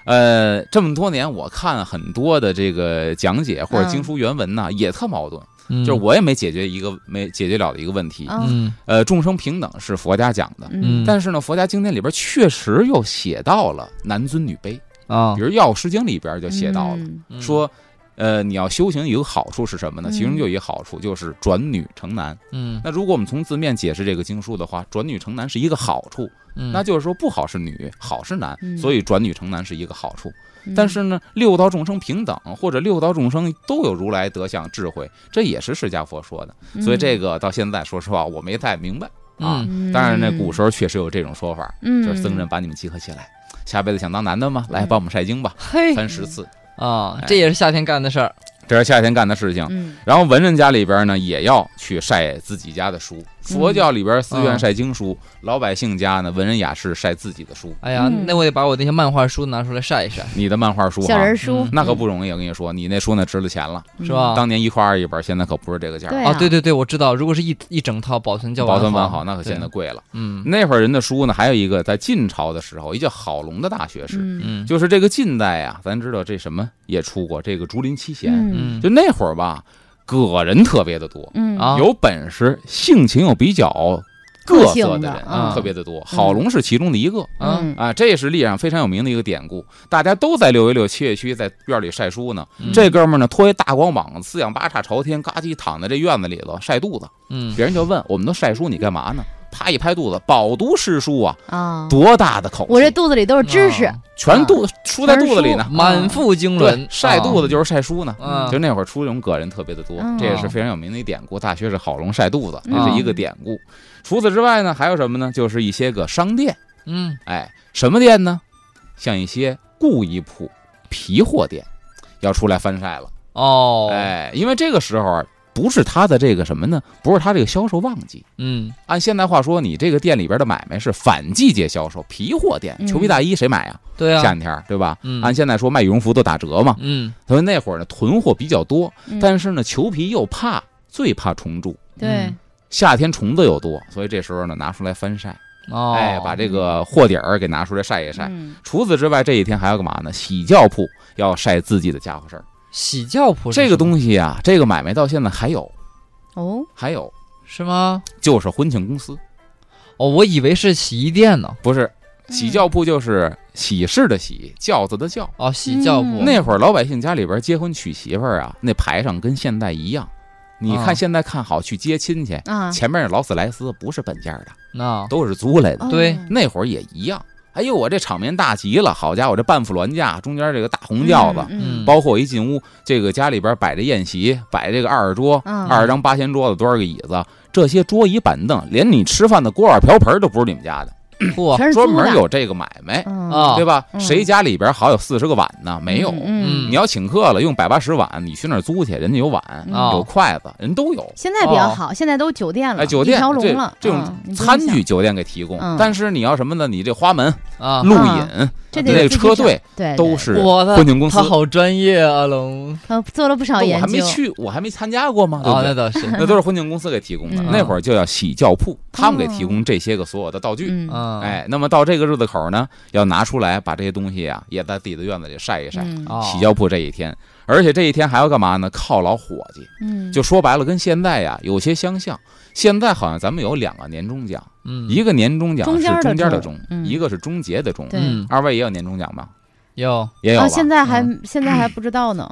S3: 呃，这么多年，我看很多的这个讲解或者
S1: 嗯
S3: 经书原文呢，也特矛盾。
S2: 就
S3: 就是，我也没解决一个没解决了的一个问题。
S1: 啊
S2: 嗯
S3: 呃，众生平等是佛家讲的，
S1: 嗯
S3: 但是呢，佛家经典里边确实又写到了男尊女卑，
S2: 啊
S3: 比，如《药师经》里边就写到了，
S1: 哦嗯
S2: 嗯，
S3: 嗯说，呃，你要修行有个好处是什么呢？
S1: 嗯
S3: 其中就有一个好处就是转女成男。
S2: 嗯，
S3: 那如果我们从字面解释这个经书的话，转女成男是一个好处，
S2: 嗯
S3: 那就是说不好是女，好是男
S1: 嗯，
S3: 所以转女成男是一个好处。但是呢，六道众生平等，或者六道众生都有如来德相智慧，这也是释迦佛说的。所以这
S1: 个，
S3: 个到现在，说实话，我没太明白啊。
S2: 嗯
S3: 当然，那古时候确实有这种说法，
S1: 嗯，
S3: 就是僧人把你们集合起来，下辈子想当男的吗？来帮我们晒经吧，
S2: 嘿
S3: 翻十次，
S2: 啊
S3: 哎，
S2: 这也是夏天干的事儿，
S3: 这是夏天干的事情。
S1: 嗯，
S3: 然后文人家里边呢，也要去晒自己家的
S1: 嗯
S3: 书。佛教里边寺院晒经书，
S1: 哦
S3: 老百姓家呢，文人雅士晒自己的书。
S2: 哎呀，
S1: 嗯
S2: 那我得把我那些漫画书拿出来晒一晒，
S3: 你的漫画书
S1: 小
S3: 哈
S1: 人，书嗯
S2: 嗯
S3: 那可不容易。我跟你说，你那书那值了钱了，
S2: 是吧？
S3: 嗯当年一块二一本，现在可不是这个价儿。
S1: 对
S2: 啊，
S1: 啊
S2: 对对对，我知道，如果是一一整套保存较
S3: 保存完
S2: 完
S3: 好，那可现在
S2: 对
S3: 贵了。
S2: 嗯
S3: 那会儿人的书呢，还有一个在晋朝的时候，一叫郝龙的大学士，
S1: 嗯
S2: 嗯
S3: 就是这个晋代啊，咱知道这什么也出过这个竹林七贤，
S2: 嗯
S3: 就那会儿吧，个人特别的多，
S1: 嗯
S2: 啊
S3: 有本事、性情又比较各
S1: 个
S3: 色的人
S1: 性的
S2: 啊
S3: 特别的多。郝龙是其中的一个。
S1: 嗯
S3: 啊，这也是历史上非常有名的一个典故，大家都在六月六、七月七在院里晒书呢。
S2: 嗯
S3: 这哥们儿呢，拖一大光膀子，四仰八叉朝天，嘎叽躺在这院子里头晒肚子。
S2: 嗯
S3: 别人就问：“我们都晒书，你干嘛呢？”啪一拍肚子，饱读诗书啊，
S1: 啊，
S3: 多大的口气！
S1: 我这肚子里都是知识，
S2: 啊
S3: 全肚书在肚子里呢，
S2: 满腹经纶
S3: 对，，晒肚子就是晒书呢。
S2: 啊，
S3: 就
S2: 嗯，
S3: 那会儿出这种梗人特别的多，
S1: 嗯
S3: 这也
S2: 哦
S3: 是非常有名的一典故。大学是好龙晒肚子，这
S2: 嗯
S3: 是一个典故。除此之外呢，还有什么呢？就是一些个商店，
S2: 嗯，
S3: 哎，什么店呢？像一些故衣铺、皮货店，要出来翻晒了。
S2: 哦，，
S3: 哎，因为这个时候啊，不是他的这个什么呢？不是他这个销售旺季。
S2: 嗯，
S3: 按现代话说，你这个店里边的买卖是反季节销售，皮货店
S1: 嗯，
S3: 球皮大衣谁买呀？
S2: 对啊，
S3: 夏天儿对吧？
S2: 嗯
S3: 按现在说卖羽绒服都打折嘛。
S2: 嗯，
S3: 所以那会儿呢，囤货比较多，
S1: 嗯
S3: 但是呢，裘皮又怕，最怕虫蛀。
S1: 对
S2: 嗯，
S3: 夏天虫子又多，所以这时候呢，拿出来翻晒，
S2: 哦，
S3: 哎，把这个货底儿给拿出来晒一晒。
S1: 嗯
S3: 除此之外，这一天还要干嘛呢？洗轿铺要晒自己的家伙事儿。
S2: 洗轿铺
S3: 这个
S2: 西
S3: 东西啊，这个买卖到现在还有，
S1: 哦，
S3: 还有
S2: 是吗？
S3: 就是婚庆公司，
S2: 哦，我以为是洗衣店呢。
S3: 不是
S1: 嗯
S3: 洗轿铺就是喜事的喜，轿子的轿。
S2: 哦，洗轿铺
S1: 嗯
S3: 那会儿老百姓家里边结婚娶媳妇儿啊，那牌上跟现代一样。你
S1: 嗯
S2: 啊
S3: 看现在看好去接亲去，
S1: 啊，
S3: 前面那劳斯莱斯不是本家的，
S2: 那
S3: 都是租来的。
S1: 哦
S2: 对
S3: 那会儿也一样。哎呦，我这场面大极了，好家伙，我这半副銮驾中间这个大红轿子，
S1: 嗯
S2: 嗯
S3: 包括一进屋，这个家里边摆着宴席，摆这个二十桌，
S1: 嗯
S3: 二十张八仙桌子，多少个椅子，这些桌椅板凳，连你吃饭的锅碗瓢盆都不是你们家的，
S2: 嚯
S1: 全是租
S3: 嗯专
S1: 的
S3: 门有这个买卖，
S1: 嗯
S2: 啊
S3: 对吧？
S1: 嗯
S3: 谁家里边好有四十个碗呢？没有。
S1: 嗯，嗯
S3: 你要请客了，用百八十碗，你去那儿租去，人家有碗，
S1: 嗯
S2: 啊
S3: 有筷子，人都有。
S1: 现在比较好，现在都酒店了，
S3: 哦哎，酒店
S1: 一条龙
S3: 这
S1: 了，
S3: 这
S1: 嗯
S3: 种餐，
S1: 你不用
S3: 具酒店给提供
S1: 嗯，
S3: 但是你要什么呢？你这花门、
S2: 啊！
S3: 路
S1: 啊
S3: 引、
S1: 想这
S3: 那
S1: 得自
S3: 个
S1: 己
S3: 车
S1: 整
S3: 队
S1: 对
S3: 都
S1: 是，
S3: 嗯是
S2: 哇他
S3: 婚庆公司
S2: 他。好专业啊，龙
S1: 呃，做了不少
S3: 但我
S1: 研
S3: 还没
S1: 究，哦
S3: 去，我还没参加过嗯嘛，对不
S2: 啊，
S3: 对
S2: 那？倒是，
S3: 那都是婚庆公司给提供的。
S1: 嗯哦
S3: 那会儿就叫洗轿铺，他们给提供这些个所有的道具。
S1: 嗯
S2: 嗯，，
S3: 哎，那么到这个日子口呢，要拿出来把这些东西啊，也在自己的院子里晒一晒。
S1: 嗯
S2: 哦，
S3: 洗轿铺这一天，而且这一天还要干嘛呢？犒劳伙计。
S1: 嗯，
S3: 就说白了，跟现在呀有些相像。现在好像咱们有两个年终奖，
S2: 嗯，
S3: 一个年终奖
S1: 中
S3: 是
S1: 间的
S3: 中间的
S1: 中
S3: 中
S1: 嗯，
S3: 一个是终结的终。
S1: 对
S2: 嗯
S3: 二位也有年终奖吗？
S2: 有
S3: 也有嗯
S1: 啊，
S3: 吧？
S1: 现在还现在还不知道呢，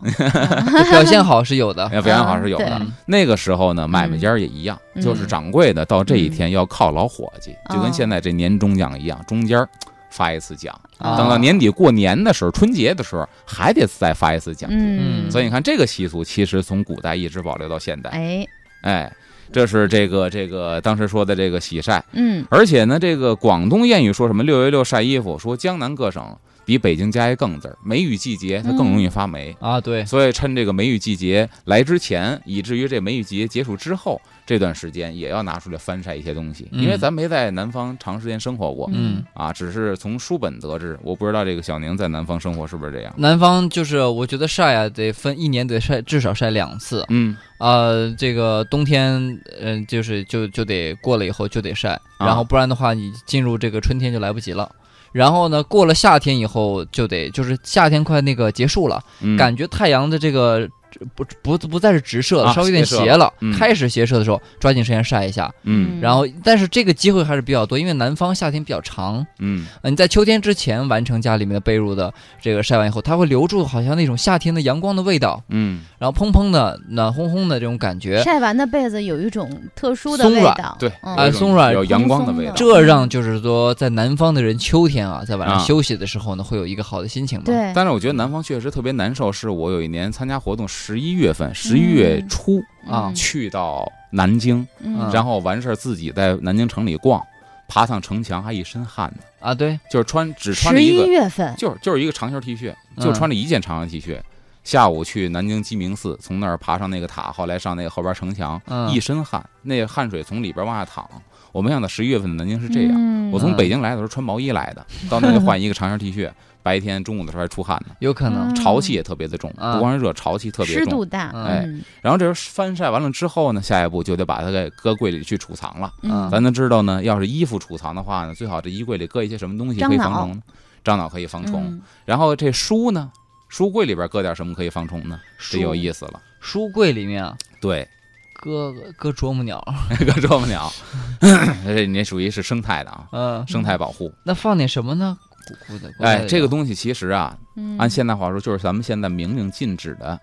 S2: 表现好是有的，
S3: 哎表演好是有
S1: 啊
S3: 的
S1: 对。
S2: 嗯
S3: 那个时候呢，买卖家儿也一样，
S1: 嗯
S3: 就是掌柜的到这一天要犒劳伙计，
S1: 嗯
S3: 就跟现在这年终奖一样，中间儿发一次奖，
S2: 啊
S3: 等到年底过年的时候、春节的时候还得再发一次奖金。
S1: 嗯，
S3: 所以你看，这个习俗其实从古代一直保留到现代。
S1: 哎，
S3: 哎，这是这个这个当时说的这个喜晒，
S1: 嗯
S3: 而且呢，这个广东谚语说什么“六月六晒衣服”，说江南各省比北京加一“更”字儿，梅雨季节它更容易发霉。
S2: 啊，对，
S3: 所以趁这个梅雨季节来之前，以至于这梅雨季节结束之后这段时间，也要拿出来翻晒一些东西，
S2: 嗯
S3: 因为咱没在南方长时间生活过、
S2: 嗯
S3: 啊，只是从书本得知。我不知道这个小宁在南方生活是不是这样？
S2: 南方就是我觉得晒啊，得分一年得晒至少晒两次，
S3: 嗯，
S2: 呃，这个冬天，嗯、就是就就得过了以后就得晒，
S3: 啊
S2: 然后不然的话，你进入这个春天就来不及了。然后呢，过了夏天以后就得，就是夏天快那个结束了，
S3: 嗯
S2: 感觉太阳的这个不不不再是直射了，
S3: 啊
S2: 稍微有点
S3: 斜射
S2: 斜了。
S3: 嗯
S2: 开始斜射的时候，抓紧时间晒一下。
S3: 嗯
S2: 然后，但是这个机会还是比较多，因为南方夏天比较长，
S3: 嗯
S2: 呃你在秋天之前完成家里面的被褥的这个晒完以后，它会留住好像那种夏天的阳光的味道，
S3: 嗯，
S2: 然后砰砰的暖烘烘的这种感觉。
S1: 晒完的被子有一种特殊的
S2: 松
S1: 味
S2: 软
S1: 道，
S3: 对，
S1: 嗯
S2: 哎
S3: 有一种
S2: 松软
S3: 有阳光的味道。
S1: 蓬松的
S2: 这让就是说，在南方的人秋天啊，在晚上
S3: 啊
S2: 休息的时候呢，会有一个好的心情吧。，
S1: 对，
S3: 但是我觉得南方确实特别难受，是我有一年参加活动，十一月
S1: 嗯
S3: 份，十一月初、
S2: 啊
S3: 去到南京，
S1: 嗯，
S3: 然后完事儿自己在南京城里逛，爬上城墙还一身汗呢。
S2: 啊，对，
S3: 就是穿只穿了
S1: 十
S3: 一
S1: 一
S3: 个，
S1: 月份，
S3: 就是就是一个长袖 T 恤，
S2: 嗯
S3: 就穿着一件长袖 T 恤。下午去南京鸡鸣寺，从那儿爬上那个塔，后来上那个后边城墙，
S2: 嗯
S3: 一身汗，那个汗水从里边往下淌。我没想到十一月份的南京是这样。
S1: 嗯
S3: 我从北京来的时候穿毛衣来 的，到那就换一个长袖 T 恤，白天中午的时候还出汗呢，
S2: 有可能
S1: 嗯
S3: 潮气也特别的重，
S2: 啊
S3: 不光是热，潮气特别
S1: 湿
S3: 重
S1: 度。大，
S2: 哎
S1: 嗯，
S3: 然后这时候翻晒完了之后呢，下一步就得把它给搁柜里去储藏了。
S1: 嗯
S3: 啊咱都知道呢，要是衣服储藏的话呢，最好这衣柜里搁一些什么东西
S1: 樟
S3: 可以防
S1: 脑
S3: 虫呢？樟脑可以防虫。
S1: 嗯
S3: 然后这书呢，书柜里边搁点什么可以防虫呢？这
S2: 书
S3: 有意思了。
S2: 书柜里面啊，
S3: 对，
S2: 搁搁啄木鸟，
S3: 搁啄木鸟， 这你这属于是生态的啊，
S2: 嗯，
S3: 生态保护。
S2: 那放点什么呢？古古的，古代
S3: 哎，
S2: 的
S3: 这个东西其实啊，
S1: 嗯
S3: 按现代话说，就是咱们现在明令禁止的，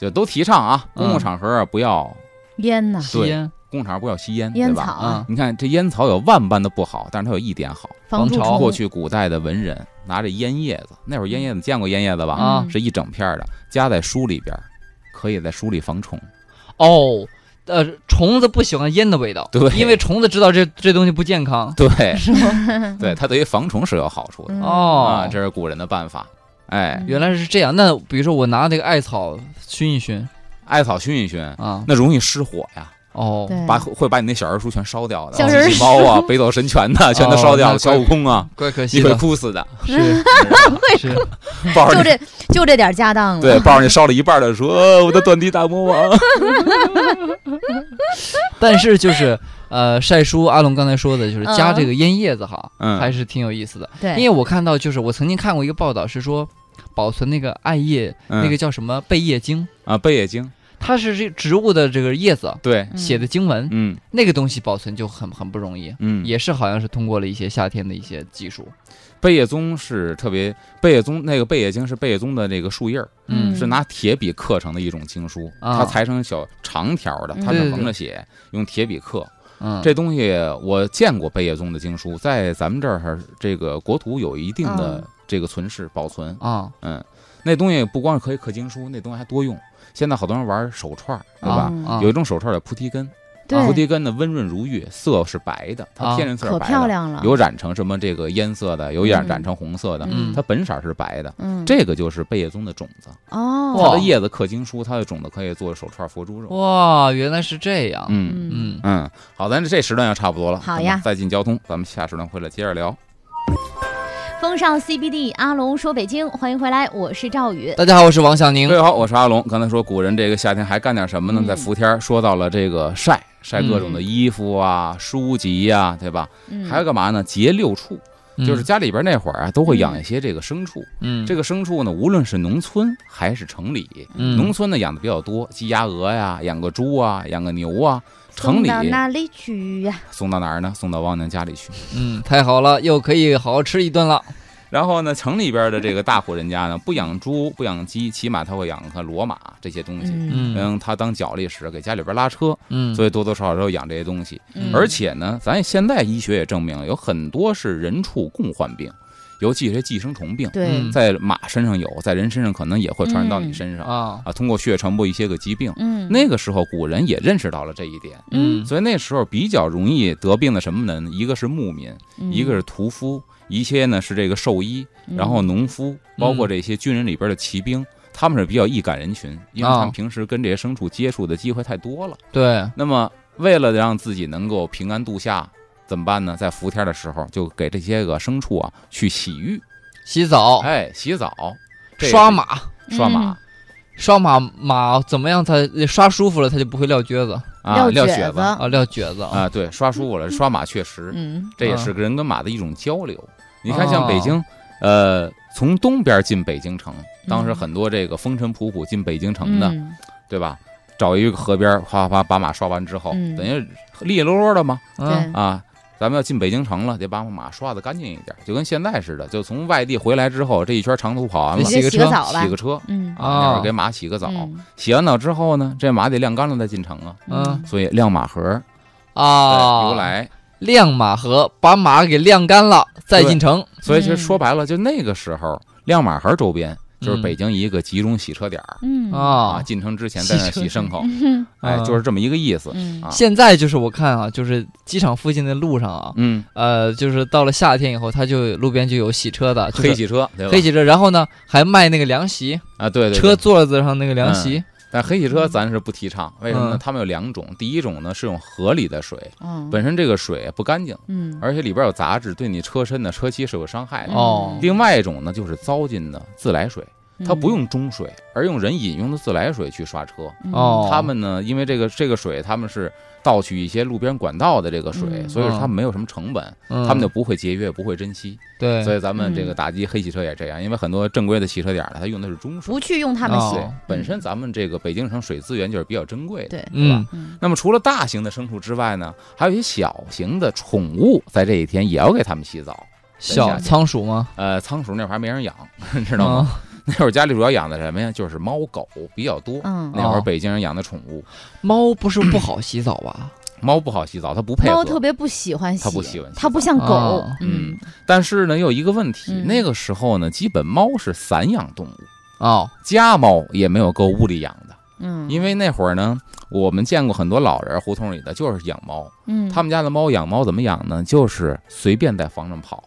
S3: 就都提倡啊，公共
S2: 嗯
S3: 场合啊不要
S1: 烟呐，
S2: 吸烟
S3: 工厂不要吸烟，对
S1: 烟
S3: 吧？
S1: 草啊，
S3: 你看这烟草有万般的不好，但是它有一点好。
S1: 防
S2: 防
S1: 蛀
S2: 潮
S1: 虫
S3: 过去古代的文人拿着烟叶子，那会儿烟叶子见过烟叶子吧？
S2: 啊
S1: 嗯
S3: 是一整片儿的，夹在书里边儿，可以在书里防虫。
S2: 哦，呃，虫子不喜欢烟的味道，
S3: 对
S2: 因为虫子知道这这东西不健康，
S3: 对，
S2: 是吗？
S3: 对，它对于防虫是有好处的、
S1: 嗯
S2: 哦嗯
S3: 啊，，这是古人的办法。哎，
S2: 原来是这样。那比如说我拿那个艾草熏一熏
S3: 艾草熏一熏，
S2: 啊，
S3: 那容易失火呀，
S2: 哦，
S1: 对
S3: 把会把你那小人书全烧掉的，
S1: 小
S3: 机
S1: 人
S3: 器
S1: 书
S3: 猫啊、北斗神拳呐、全都烧掉了，
S2: 哦那
S3: 小悟空啊，
S2: 怪可惜
S3: 你会
S2: 的，
S3: 哭 死的。
S2: 是是，
S3: 抱
S1: 就
S3: 着你，
S1: 这就这点家当了，
S3: 对，抱着你烧了一半的书，呃我的断臂大魔王。
S2: 但是就是呃，晒书阿龙刚才说的就是加
S1: 嗯
S2: 这个烟叶子哈，
S3: 嗯
S2: 还是挺有意思的。
S1: 对，
S2: 因为我看到就是我曾经看过一个报道是说，保存那个艾叶那
S3: 嗯
S2: 个叫什么贝叶经，
S3: 啊，贝叶经，
S2: 它是这植物的这个叶子啊
S3: 对，
S1: 嗯
S2: 写的经文，
S3: 嗯
S2: 那个东西保存就很很不容易。
S3: 嗯，
S2: 也是好像是通过了一些夏天的一些技术，
S3: 贝叶宗是特别，贝叶宗那个贝叶经是贝叶宗的那个树叶儿，
S1: 嗯
S3: 是拿铁笔刻成的一种经书，
S2: 啊
S3: 它裁成小长条的，
S1: 嗯
S3: 它
S2: 对对
S3: 是
S2: 对
S3: 横着写，用铁笔刻。
S2: 嗯，
S3: 这东西我见过贝叶宗的经书，在咱们这儿这个国土有一定的
S1: 嗯
S3: 这个存世保存。
S2: 啊，
S3: 嗯，那东西不光是可以刻经书，那东西还多用。现在好多人玩手串儿，对吧？
S1: 嗯
S2: 啊
S3: 有一种手串儿叫菩提根，
S1: 对
S3: 菩提根呢温润如玉，色是白的，它
S2: 啊
S3: 天然色
S1: 可
S3: 是白
S1: 漂
S3: 的，
S1: 亮了，
S3: 有染成什么这个烟色的，有
S1: 嗯
S3: 染染成红色的，
S1: 嗯
S3: 它本色儿是白的。
S1: 嗯
S3: 这个就是贝叶宗的种子，它
S1: 哦
S3: 的叶子刻经书，它的种子可以做手串、佛珠什么。
S2: 哇，原来是这样，
S3: 嗯
S1: 嗯
S2: 哦嗯，
S3: 嗯，好，咱这时段要差不多了，
S1: 好
S3: 咱们
S1: 呀
S3: 再进交通，咱们下时段回来接着聊。
S1: 风尚 CBD 阿龙说北京，欢迎回来，我是赵宇，
S2: 大家好，我是王小宁
S3: 各，位好，我是阿龙。刚才说古人这个夏天还干点什么呢？
S1: 嗯
S3: 在伏天儿说到了这个晒，晒各种的衣服啊、书籍呀、对吧？
S1: 嗯
S3: 还有干嘛呢？结六畜，
S2: 嗯
S3: 就是家里边那会儿啊，都会养一些这个牲畜。
S2: 嗯，
S3: 这
S2: 个
S3: 个牲畜呢，无论是农村还是城里，
S2: 嗯
S3: 农村呢养的比较多，鸡鸭鹅呀，养个猪啊，养个牛啊。城
S1: 送
S3: 里
S1: 到哪里去呀？
S3: 送到哪儿呢？送到汪娘家里去。
S2: 嗯，太好了，又可以好好吃一顿了，
S3: 然后呢，城里边的这个大户人家呢，不养猪，不养鸡，起码他会养个骡马这些东西，
S1: 嗯
S2: 嗯
S3: 嗯，他当脚力使，给家里边拉车，
S2: 嗯，
S3: 所以多多少少都养这些东西。
S1: 嗯
S3: 而且呢，咱现在医学也证明了，有很多是人畜共患病，尤其是这寄生虫病，
S1: 对
S2: 嗯，
S3: 在马身上有，在人身上可能也会传染到你身上、
S2: 啊，
S3: 啊，通过血传播一些个疾病。
S1: 嗯
S3: 那个时候古人也认识到了这一点，
S2: 嗯
S3: 所以那时候比较容易得病的什么呢？一个是牧民，
S1: 嗯
S3: 一个是屠夫，一些呢是这个兽医，然
S1: 嗯
S3: 后农夫，包括这些军人里边的骑兵，他们是比较易感人群，因为他
S1: 哦
S2: 啊
S3: 们平时跟这些牲畜接触的机会太多了。
S2: 对，
S3: 那么，为了让自己能够平安度夏，怎么办呢？在伏天的时候，就给这些个牲畜啊去洗浴，
S2: 洗
S1: 哦
S2: 澡、
S3: 哎，洗澡，这
S2: 刷马，
S3: 是，刷马
S2: 刷马马怎么样才刷舒服了，它就不会撂撅子
S3: 啊，
S1: 嗯撂
S3: 撂
S1: 蹶
S3: 蹶
S1: 子
S3: 子
S2: 啊，撂撅子啊，
S3: 啊，对，刷舒 服了，刷马确实，
S1: 嗯
S3: 这也
S2: 啊
S3: 是人跟马的一种交流。你看，像北
S2: 哦
S3: 京，呃，从东边进北京城，当时
S1: 嗯
S3: 很多这个风尘仆仆进北京城的，
S1: 嗯
S3: 对吧？找一个河边，哗哗把马刷完之后，
S1: 嗯
S3: 等于利利落落的嘛，
S2: 嗯，
S3: 啊，咱们要进北京城了，得把马刷的干净一点，就跟现在似的，就从外地回来之后，这一圈长途跑完
S1: 对，
S3: 了，
S2: 得
S1: 洗
S2: 洗
S1: 个嗯洗个
S2: 个车
S1: 澡吧
S3: 洗，个车
S1: 嗯
S3: 啊，那会儿给马洗个澡，洗完澡之后呢，这马得晾干了再进城啊，
S2: 嗯
S3: 所以晾马河
S1: 哦
S2: 啊，
S3: 由来。
S2: 晾马河，把马给晾干了再进城，
S3: 所以其实
S1: 嗯
S3: 说白了，就那个时候晾马河周边就是
S2: 嗯
S3: 北京一个集中洗车点儿
S1: 嗯
S3: 啊，
S2: 啊，
S3: 进城之前在那儿
S2: 洗车
S3: 洗牲口，
S1: 嗯
S3: 哎，就是这么一个意思。
S1: 嗯
S3: 啊
S2: 现在就是我看啊，就是机场附近的路上啊，
S3: 嗯，
S2: 呃，就是到了夏天以后，它就路边就有洗车的，就是
S3: 黑洗车对吧？
S2: 黑洗车，然后呢还卖那个凉席，
S3: 啊，对对对
S2: 车座子上那个凉席，
S3: 但黑洗车咱是不提倡，为什么呢
S2: 嗯？
S3: 它们有两种，第一种呢是用河里的水，
S1: 嗯
S3: 本身这个水不干净，
S1: 嗯
S3: 而且里边有杂质，对你车身的车漆是有伤害的。
S1: 嗯
S2: 哦
S3: 另外一种呢就是糟践的自来水，它
S2: 嗯
S3: 不用中水，而用人饮用的自来水去刷车。
S1: 嗯
S2: 哦，
S3: 他们呢，因为这个这个水他们是盗取一些路边管道的这个水，
S1: 嗯
S3: 所以说他们没有什么成本，
S2: 嗯
S3: 他们就不会节约，不会珍惜。
S2: 对，
S3: 所以咱们这个打击黑汽车也这样，因为很多正规的汽车点儿呢，它用的是中水。
S1: 不去用他们洗，
S3: 对，本身咱们这个北京城水资源就是比较珍贵的。
S1: 对，
S2: 嗯
S1: 嗯
S3: 那么除了大型的牲畜之外呢，还有一些小型的宠物，在这一天也要给它们洗澡。
S2: 小
S3: 夏天
S2: 仓鼠吗？嗯
S3: 呃，仓鼠那会儿还没人养， 知
S2: 知
S3: 道吗？？那会儿家里主要养的什么呀？就是猫狗比较多。
S1: 嗯
S3: 那会儿
S2: 哦
S3: 北京人养的宠物，
S2: 猫不是不好洗澡吧？
S3: 猫不好洗澡，它不配
S1: 猫特
S3: 合。
S1: 别不喜欢洗，
S3: 它不喜欢洗
S1: 它不像
S2: 澡
S1: 狗
S2: 啊，
S1: 嗯
S3: 但是呢，又有一个问题，
S1: 嗯
S3: 那个时候呢，基本猫是散养动物，
S2: 哦，
S3: 家猫也没有够屋里养的。
S1: 嗯，
S3: 因为那会儿呢，我们见过很多老人胡同里的就是养猫，
S1: 嗯
S3: 他们家的猫养猫怎么养呢？就是随便在房上跑。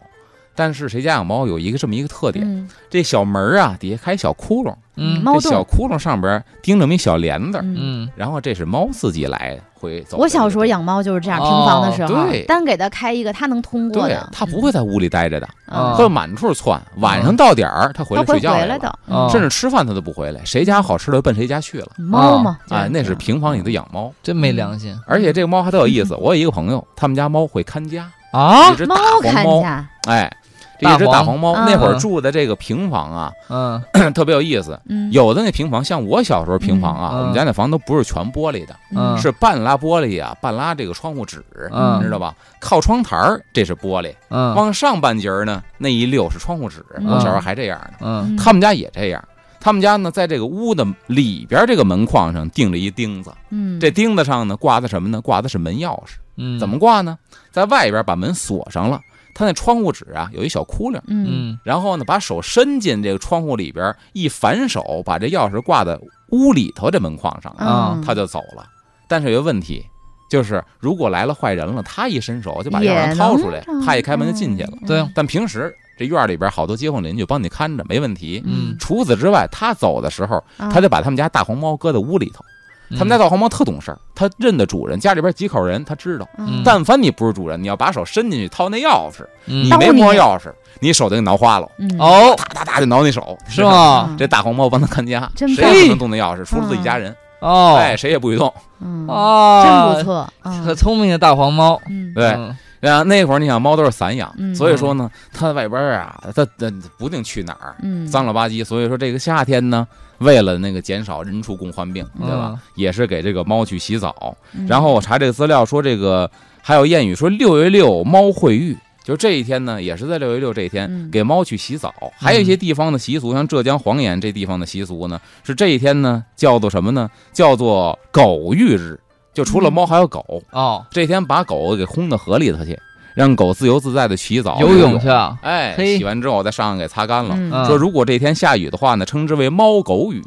S3: 但是谁家养猫有一个这么一个特点，
S1: 嗯
S3: 这小门儿啊底下开小窟窿，
S2: 嗯
S1: 猫
S3: 这
S1: 洞
S3: 小窟窿上边钉着么一小帘子儿，
S1: 嗯。
S2: 嗯
S3: 然后这是猫自己来回走。
S1: 我小时候，养猫就是这样，
S2: 哦
S1: 平房的时候
S3: 对，
S1: 单给它开一个，它能通过
S3: 对啊
S1: 的，，
S3: 它不会在屋里待着的，
S1: 嗯，
S2: 啊
S3: 它会满处窜。晚上到点儿，它回
S1: 它
S3: 来
S1: 会
S3: 睡觉
S1: 回
S3: 来
S1: 来
S3: 了，啊
S1: 的，嗯
S2: 哦
S3: 甚至吃饭它都不回来，谁家好吃的就奔谁家去了。
S1: 猫嘛，
S3: 哎，那是
S1: 平。
S3: 平房里的养猫，
S2: 真没良心
S3: 而且这个猫还特有意思。我有一个朋友，他们家猫会看家，
S2: 啊
S3: 一！只大
S1: 猫
S3: 黄
S1: 看
S3: 猫，
S1: 家，
S3: 哎，这一只大黄猫。
S1: 大黄
S3: 那会儿
S2: 嗯
S3: 住的这个平房啊，
S2: 嗯
S3: 特别有意思。
S1: 嗯，
S3: 有的那平房，像我小时候平房啊，
S2: 嗯
S3: 我们家那房都不是全玻璃的，
S1: 嗯
S2: 嗯
S3: 是半拉玻璃啊，半拉这个窗户纸，
S2: 嗯
S3: 你知道吧？靠窗台儿这是玻璃，
S2: 嗯
S3: 往上半截儿呢那一溜是窗户纸。
S1: 嗯
S3: 我小时候还这样呢，
S2: 嗯
S3: 他们家也这样。他们家呢，在这个屋的里边这个门框上钉着一钉子，
S1: 嗯，
S3: 这钉子上呢挂的什么呢？挂的是门钥匙。
S2: 嗯，
S3: 怎么挂呢？在外边把门锁上了，他那窗户纸啊有一小窟窿，
S1: 嗯
S2: 嗯
S3: 然后呢把手伸进这个窗户里边，一反手把这钥匙挂在屋里头这门框上
S1: 嗯
S3: 了，
S2: 啊
S3: 他就走了。但是有一个问题，就是如果来了坏人了，他一伸手就把钥
S1: 也
S3: 匙
S1: 能
S3: 掏出来
S1: 找，
S3: 他一开门就进去了。啊
S1: 嗯
S2: 对
S3: 但平时这院里边好多街坊邻居帮你看着，没问题。
S2: 嗯
S3: 除此之外，他走的时候，
S1: 啊
S3: 他就把他们家大黄猫搁在屋里头。
S2: 嗯
S3: 他们家大黄猫特懂事儿，它认得主人，家里边几口人，它知道。
S1: 嗯
S3: 但凡你不是主人，你要把手伸进去掏那钥匙，
S2: 嗯
S3: 你
S1: 当
S3: 没
S1: 你
S3: 摸钥匙，你手就给挠花了，
S1: 嗯
S2: 哦
S3: 哒哒哒就挠你手，
S2: 是？吗？
S1: 嗯
S3: 这大黄猫帮他看家，
S1: 真
S3: 谁
S1: 棒
S3: 也不能动那钥匙，除了自己家人，
S2: 哦
S3: 哎，谁也不许动。
S1: 嗯，
S2: 哦，
S1: 真不 错，嗯
S2: 可聪明的大黄猫。
S1: 嗯
S3: 啊对，
S2: 嗯
S3: 然后那会儿你想猫都是散养
S1: 嗯，
S3: 所以说呢，它在外边啊，它它不定去哪儿，
S1: 嗯，
S3: 脏了吧唧。所以说这个夏天呢，为了那个减少人畜共患病，对吧
S2: 嗯？
S3: 也是给这个猫去洗澡。
S1: 嗯，
S3: 然后我查这个资料说，这个还有谚语说六月六猫会浴，就这一天呢，也是在六月六这一天、
S1: 嗯
S3: 给猫去洗澡。还有一些地方的习俗，像浙江黄岩这地方的习俗呢，是这一天呢叫做什么呢？叫做狗浴日，就除了猫还有狗。
S2: 哦，
S3: 这天把狗给轰到河里头去，让狗自由自在的洗澡
S2: 游
S3: 泳
S2: 泳去。啊？
S3: 哎，
S2: 嘿
S3: 洗完之后再上岸给擦干了。
S1: 嗯
S2: 嗯
S3: 说如果这天下雨的话呢，称之为猫狗雨。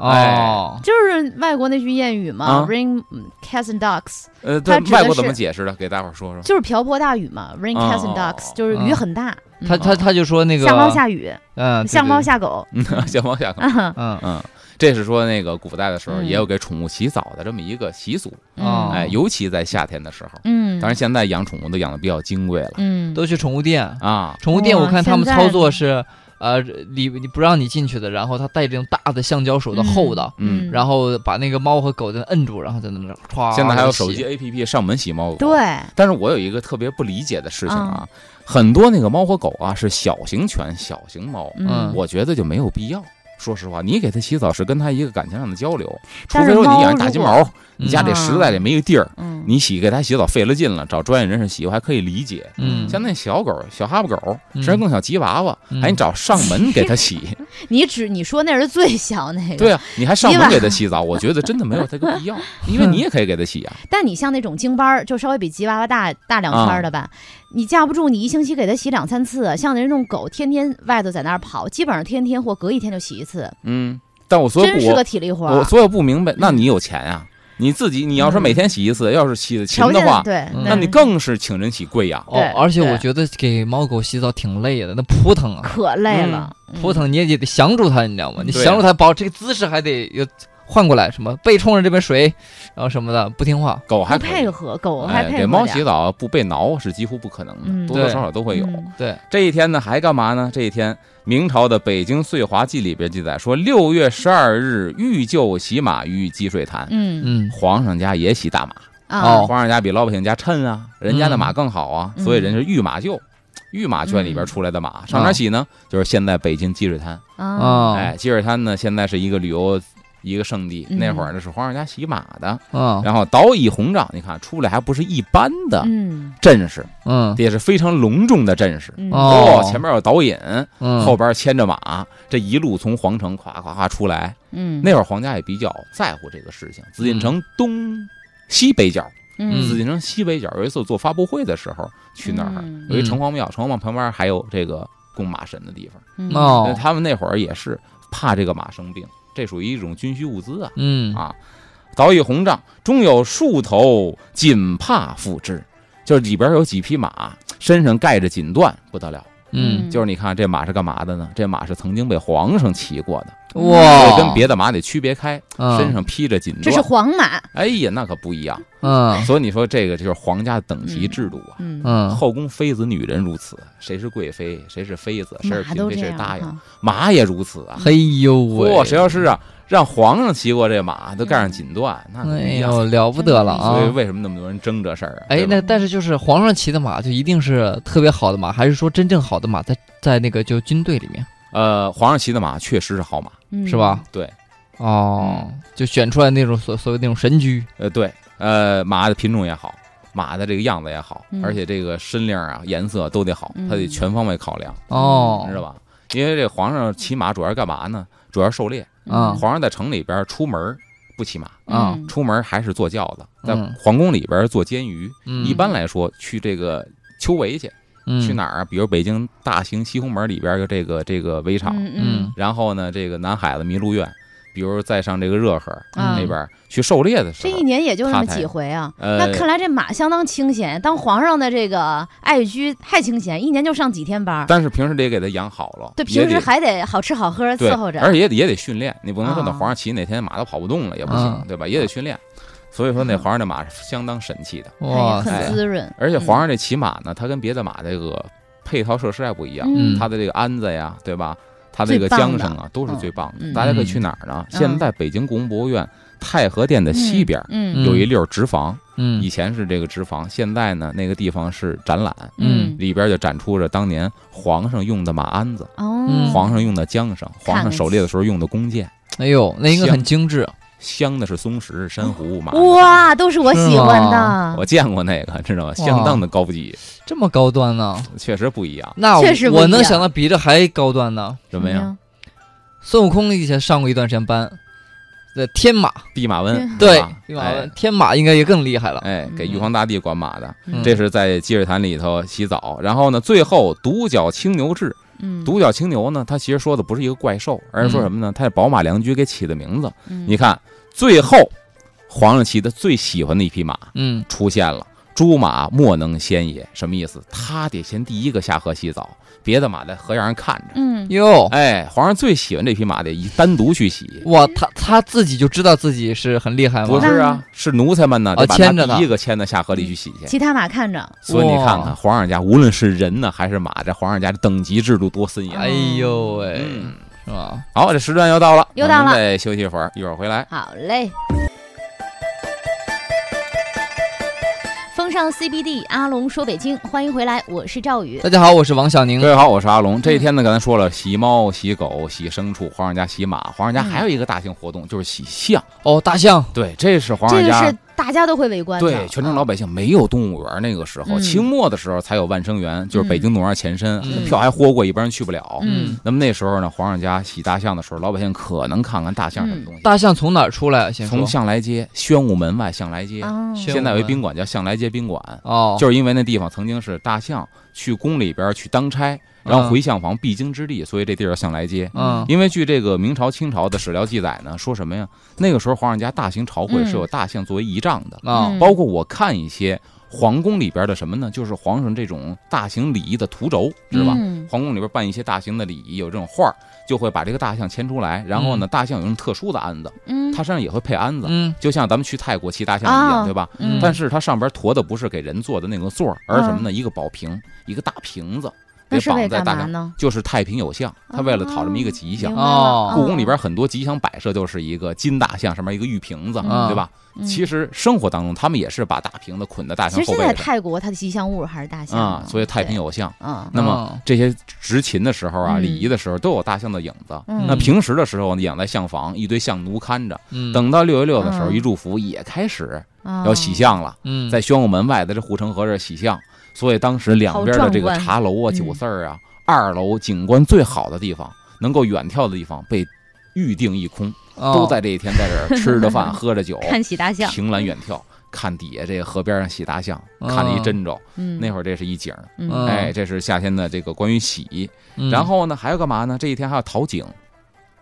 S3: 哎
S2: 哦，
S1: 就是外国那句谚语嘛
S3: 啊
S1: ，rain cats and dogs，
S3: 呃，对
S1: 它指，的
S3: 外国怎么
S1: 是
S3: 解释的？给大伙儿 说说。
S1: 就是瓢泼大雨嘛，rain cats and
S3: 哦
S1: dogs，就是雨
S2: 嗯
S1: 很大，嗯
S2: 他他他就说那个
S1: 像猫下雨，
S3: 啊
S2: 嗯，对
S1: 像猫
S2: 对
S1: 下狗，
S3: 先往下看。
S1: 啊
S2: 嗯
S3: 嗯，这是说那个古代的时候
S1: 嗯
S3: 也有给宠物洗澡的这么一个习俗，
S1: 嗯
S3: 哎，尤其在夏天的时候。
S1: 嗯，
S3: 当然，现在养宠物都养的比较金贵了
S1: 嗯，
S2: 都去宠物店，
S3: 啊，
S2: 宠物店
S1: 哇
S2: 我看他们
S1: 哦现在
S2: 操作是呃里你不让你进去的，然后他戴着那种大的橡胶手套厚的，
S3: 嗯
S2: 然后把那个猫和狗在那摁住，然后在那那
S1: 啊
S2: 歘，
S3: 现在还有
S2: 然后洗
S3: 手机 APP 上门洗猫狗。
S1: 对，，嗯
S3: 但是我有一个特别不理解的事情啊，很多那个猫和狗啊是小型犬、小型猫，
S1: 嗯，
S3: 我觉得就没有必要。说实话，你给它洗澡是跟它一个感情上的交流，除
S1: 但是
S3: 非说你
S1: 猫
S3: 养
S1: 如
S3: 一大金
S1: 果
S3: 毛，你家里
S1: 嗯
S3: 实在也没个地儿，
S1: 嗯，
S3: 你洗给它洗澡费了劲了，找专业人士洗我还可以理解。
S2: 嗯
S3: 像那小狗、小哈巴狗，
S2: 嗯
S3: 甚至更小吉娃娃，
S2: 嗯
S3: 还哎你找上门给 它洗，
S1: 你只你说那是最小那个，
S3: 对啊，你还上
S1: 吉娃
S3: 门给它洗 澡，我觉得真的没有这个必要，因为你也可以给它洗啊。
S1: 但你像那种京巴儿，就稍微比吉娃娃大大两圈儿的吧，
S3: 啊
S1: 你架不住你一星期给它洗两三次。像人那种狗，天天外头在那儿跑，基本上天天或隔一天就洗一次，
S3: 嗯，但我所以
S1: 真
S3: 不
S1: 是个
S3: 我
S1: 体力活儿
S3: 我。所以不明白，那你有钱啊？你自己你要是每天洗一次，要是洗的勤
S1: 嗯条
S3: 的
S1: 件
S3: 话，
S1: 对，
S2: 嗯
S3: 那你更是请人洗贵呀。
S2: 哦
S1: 对，
S2: 而且
S1: 对
S2: 我觉得给猫狗洗澡挺累的，那扑腾啊，
S1: 可累了，嗯
S2: 扑。腾你也得降住它，你知道吗？你
S3: 对啊
S2: 降住它，保这个姿势还得有换过来，什么背冲着这边水，然后什么的，不听话。
S3: 狗还
S1: 不
S3: 可以
S1: 配合狗，还
S3: 哎，
S1: 配合
S3: 给猫
S1: 点
S3: 洗
S1: 儿
S3: 澡不被挠是几乎不可能
S1: 嗯
S3: 的，多多少少都会有。
S1: 嗯
S2: 对，
S3: 这一天呢，还干嘛呢？这一天，明朝的《北京岁华记》里边记载说，六月十二日，欲救洗马于积水潭，
S1: 嗯
S2: 嗯，
S3: 皇上家也洗大马，
S1: 啊
S2: 哦
S3: 皇上家比老百姓家趁啊，人家的马更好啊，
S1: 嗯
S3: 所以人是御马厩，御马圈里边出来的马，上哪儿洗呢？就是现在北京积水滩。
S1: 啊
S2: 啊
S3: 哎，积水滩呢，现在是一个旅游。一个圣地，
S1: 嗯哦
S3: 那会儿呢是皇上家洗马的，
S2: 啊
S3: 然后导以红帐，你看出来还不是一般的
S1: 嗯
S3: 阵势，
S2: 嗯
S3: 也是非常隆重的阵势。
S1: 嗯
S2: 哦
S3: 哦，前面有导引，
S2: 嗯，
S3: 后边牵着马，这一路从皇城咵咵咵出来。
S1: 嗯
S3: 那会儿皇家也比较在乎这个事情，紫禁城东西北角
S1: 嗯
S3: 紫禁城西北角有一次我做发布会的时候去那儿，哎
S1: 嗯
S3: 有一城隍庙，城隍庙旁边还有这个供马神的地方。
S1: 嗯
S2: 哦，
S3: 他们那会儿也是怕这个马生病，这属于一种军需物资啊
S2: 嗯
S3: 啊！早已红帐，终有数头锦帕覆之，就是里边有几匹马，身上盖着锦缎，不得了。
S2: 嗯，
S3: 就是你看这马是干嘛的呢？这马是曾经被皇上骑过的，
S2: 哇，
S3: 所以跟别的马得区别开，
S2: 哦嗯
S3: 身上披着锦
S1: 这是
S3: 缎。
S1: 皇马，
S3: 哎呀，那可不一样。
S2: 嗯
S3: 所以你说这个就是皇家等级制度啊。
S1: 嗯，
S2: 嗯
S3: 后宫妃子女人如此，谁是贵妃，谁是妃子，谁是
S1: 嗯马
S3: 嫔
S1: 都
S3: 妃，
S1: 这
S3: 谁是
S1: 样
S3: 答应，
S1: 哈，
S3: 马也如此啊。
S2: 嘿哎呦喂，
S3: 嚯，谁要是啊，让皇上骑过这马，都盖上锦缎，那可不
S2: 哎
S3: 一样。
S2: 呦了不得了
S3: 所以
S2: 啊！
S3: 为什么那么多人争这事儿啊？
S2: 哎，
S3: 对吧
S2: 那但是就是皇上骑的马就一定是特别好的马，还是说真正好的马在在那个就军队里面
S3: 呃，皇上骑的马确实是好马，
S1: 嗯
S2: 是吧？？
S3: 对，
S2: 哦，就选出来那种所所谓那种神驹，
S3: 呃，对，呃，马的品种也好，马的这个样子也好，
S1: 嗯
S3: 而且这个身量啊、颜色都得好，他得
S1: 嗯
S3: 全方位考量，
S2: 哦，
S3: 知道嗯吧？因为这皇上骑马主要是干嘛呢？主要是狩猎。
S2: 啊
S3: 皇上在城里边出门儿不骑马，
S2: 啊
S1: 嗯
S3: 出门儿还是坐轿子，在
S2: 嗯
S3: 皇宫里边儿坐监鱼。
S2: 嗯
S3: 一般来说，去这个秋围去。
S1: 嗯
S3: 去？哪儿啊？比如北京大兴西红门里边儿有这个这个围场，
S1: 嗯
S3: 然后呢，这个南海子麋鹿苑，比如再上这个热河
S1: 嗯啊
S3: 那边儿去狩猎的时
S1: 这
S3: 候
S1: 一，年也就那么
S3: 他才
S1: 几回啊。那
S3: 呃，
S1: 看来这马相当清闲，当皇上的这个爱居太清闲，一年就上几天班儿。
S3: 但是平时得给它养好了，
S1: 对，
S3: 也
S1: 平时
S3: 得
S1: 还得好吃好喝
S3: 对
S1: 伺候，着。
S3: 而且也得也得训练，你不能说那
S1: 啊
S3: 皇上骑哪天马都跑不动了也不
S2: 啊
S3: 行，对吧？也得训练，所以说那皇上这马是相当神气的，
S2: 哇
S1: 哎呀很
S2: 塞，
S1: 滋润，
S3: 而且皇上这骑马呢，它跟别的马这个配套设施还不一样，
S1: 嗯
S3: 它的这个鞍子呀，对吧？它这个缰绳啊，都是最棒
S1: 嗯
S3: 的。大家可以去哪儿呢？现在北京故宫博物院太和殿的西边
S1: 嗯
S2: 嗯
S3: 有一溜儿直房，
S2: 嗯
S3: 以前是这个直房，现在呢那个地方是展览，
S1: 嗯
S3: 里边就展出着当年皇上用的马鞍子、
S1: 哦，
S3: 嗯皇上用的缰绳、
S1: 看
S3: 皇上狩猎的时候用的弓箭，
S2: 哎呦，那应该很精致，
S3: 镶的是松石、珊瑚、马。！
S1: 哇，都是我喜欢的，
S3: 我见过那个，知 道吗？相当的高级，
S2: 这么高端呢？
S3: 确实不一样。
S2: 那我
S1: 确实不一
S2: 我
S1: 样
S2: 能想到比这还高端的。
S3: 什么呀？
S1: 嗯？
S2: 孙悟空以前上过一段时间班，在天马，
S3: 弼马温
S1: 嗯，
S2: 对
S3: 是吧，哎
S2: 弼马温，天马应该也更厉害了。
S3: 哎，哎，给
S1: 嗯
S3: 玉皇大帝管马的，
S1: 嗯
S3: 这是在积水潭里头洗澡。然后呢，最后独角青牛志，
S1: 嗯，
S3: 独角青牛呢，它其实说的不是一个怪兽，而是说什么呢？它是宝马良驹给起的名字。你
S1: 你
S3: 看，最后皇上骑的最喜欢的一匹马
S2: 嗯
S3: 出现了。猪马莫能先也，什么意思？他得先第一个下河洗澡，别的马在河沿上看着。
S1: 嗯，
S2: 哟，
S3: 哎，皇上最喜欢这匹马得一单独去洗，
S2: 哇，他他自己就知道自己是很厉害
S3: 不
S2: 吗？
S3: 是啊，是奴才们呢，得
S2: 哦
S3: 把
S2: 牵着它
S3: 第一个牵到下河里去洗去。
S1: 其他马看着，
S3: 所以你看
S2: 哇
S3: 看皇上家，无论是人呢还是马，这皇上家的等级制度多森严。
S2: 哎呦喂，
S3: 嗯，
S2: 是吧？
S3: 好，这时段又到了，
S1: 又到了
S3: 我们再休息一会儿，一会儿回来。
S1: 好嘞。风尚 CBD，阿龙说北京，欢迎回来，我是赵宇。
S2: 大家好，我是王小宁
S3: 各。位好，我是阿龙。这一天呢，刚才说了洗猫、洗狗、洗牲畜，皇上家洗马，皇上
S2: 嗯
S3: 家还有一个大型活动就是洗象。
S2: 哦，大象，
S3: 对，这是皇
S1: 这
S3: 上
S1: 个
S3: 家
S1: 是大家都会围观的，啊
S3: 对全城老百姓没有动物园那个时候，
S1: 嗯
S3: 清末的时候才有万生园，就是北京动物园前身，
S2: 嗯
S3: 票还豁过，一般人去不了。
S1: 嗯
S3: 那么那时候呢，皇上家洗大象的时候，老百姓可能看看大象
S1: 嗯
S3: 什么东西。
S2: 大象从哪儿出来啊？先说
S3: 从向来街、宣武门外向来街，
S1: 啊，
S2: 宣
S3: 现在有一
S2: 武门
S3: 宾馆叫向来街宾馆，
S2: 哦，
S3: 就是因为那地方曾经是大象去宫里边去当差，然后回相房必经之地，所以这地儿叫向来街。
S2: 嗯
S3: 因为据这个明朝、清朝的史料记载呢，说什么呀？那个时候皇上家大型朝会
S1: 嗯
S3: 是有大象作为仪仗的，
S2: 啊
S1: 嗯
S3: 包括我看一些皇宫里边的什么呢？就是皇上这种大型礼仪的图轴，是吧？
S1: 嗯
S3: 皇宫里边办一些大型的礼仪，有这种画儿，就会把这个大象牵出来，然后呢，大象有那种特殊的鞍子，
S1: 嗯，
S3: 它身上也会配鞍子，
S2: 嗯
S3: 就像咱们去泰国骑大象一样，
S1: 哦
S3: 对吧？
S1: 嗯啊
S3: 但是它上边驮的不是给人坐的那个座儿，而是什么呢？一个宝瓶，一个大瓶子，
S1: 那
S3: 给
S1: 是为
S3: 绑在
S1: 干
S3: 大
S1: 嘛
S3: 象，
S1: 呢？哦
S3: 就是太平有象，他为了讨这么一个吉
S1: 明
S3: 祥。啊
S1: 白了
S2: 哦
S1: 嗯
S3: 故宫里边很多吉祥摆设就是一个金大象，上面一个玉瓶子，
S2: 嗯
S3: 对吧？
S1: 嗯
S3: 其实生活当中他们也是把大瓶子捆在大
S1: 其
S3: 象
S1: 实
S3: 后
S1: 现
S3: 背
S1: 在
S3: 上
S1: 泰国它的吉祥物还是大象
S3: 啊
S1: 呢，
S3: 所以太平，有象。
S1: 对嗯
S3: 那
S2: 哦
S3: 么这些执勤的时候啊，
S1: 嗯
S3: 礼仪的时候都有大象的影子。
S1: 嗯
S3: 那平时的时候呢，养在象房，一堆象奴看着。
S2: 嗯
S3: 等到六月六的时候，
S1: 嗯
S3: 一祝福也开始
S1: 啊
S3: 要洗象了。
S2: 嗯
S3: 在宣武门外的这护城河这儿洗象，所以当时两边的这个茶楼
S1: 好壮
S3: 啊、
S1: 观
S3: 酒肆儿啊，二楼景观最好的地方，能够远眺的地方被预定一空，
S2: 哦
S3: 都在这一天在这儿吃着饭、喝着酒，
S1: 嗯看洗大象，
S3: 凭栏远眺。看底下这个河边上洗大象，
S2: 啊
S3: 看了一真着。
S1: 嗯，
S3: 那会儿这是一景儿，
S1: 嗯
S2: 嗯
S3: 哎，这是夏天的这个关于洗。
S2: 嗯
S3: 然后呢，还要干嘛呢？这一天还要淘井，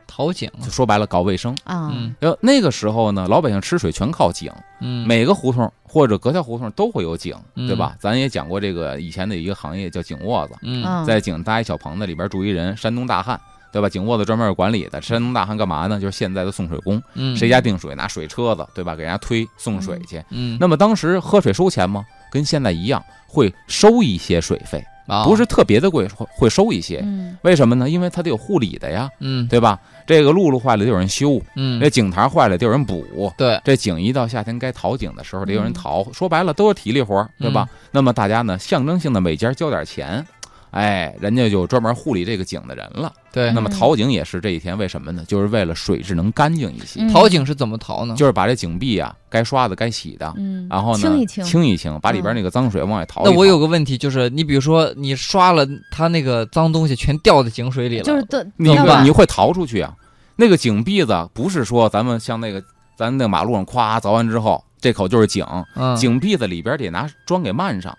S2: 淘井，
S3: 就说白了搞卫生。
S1: 啊，
S2: 嗯
S3: 呃，那个时候呢，老百姓吃水全靠井，
S2: 嗯，
S3: 每个胡同或者隔条胡同都会有井，
S2: 嗯
S3: 对吧？咱也讲过这个以前的一个行业叫井窝子，
S2: 嗯
S1: 嗯
S3: 在井搭一小棚子，里边住一人，山东大汉，对吧？井窝子专门有管理的，山东大汉干嘛呢？就是现在的送水工，
S2: 嗯，
S3: 谁家定水拿水车子，对吧？给人家推送水去。
S2: 嗯，
S3: 那么当时喝水收钱吗？跟现在一样，会收一些水费，
S2: 啊
S3: 不是特别的贵，会会收一些。
S1: 哦嗯
S3: 为什么呢？因为它得有护理的呀，
S2: 嗯
S3: 对哎吧？这个路路坏了得有人修，
S2: 嗯
S3: 这井台坏了得有人补，
S2: 对，
S3: 这井一到夏天该淘井的时候，得有人
S1: 嗯
S3: 淘。说白了，都是体力活儿，对吧？那么大家呢，象征性的每家交点钱，哎，人家就专门护理这个井的人了。
S2: 对
S3: 那么
S1: 嗯
S3: 淘井也是这一天，为什么呢？就是为了水质能干净一些，
S1: 嗯
S2: 淘井是怎么淘呢？
S3: 就是把这井壁啊，该刷的、该洗的，
S1: 嗯，
S3: 然后呢，
S1: 清一嗯清，
S3: 清一清，把里边那个脏水往外淘一淘。
S2: 那我有个问题，就是你比如说你刷了它那个脏东西全掉在井水里了，
S1: 就是都
S3: 你
S1: 要
S3: 会
S1: 把
S3: 你会逃出去啊？那个井壁子不是说咱们像那个咱那个马路上咵凿完之后，这口就是井，
S2: 嗯
S3: 井壁子里边得拿砖给漫上，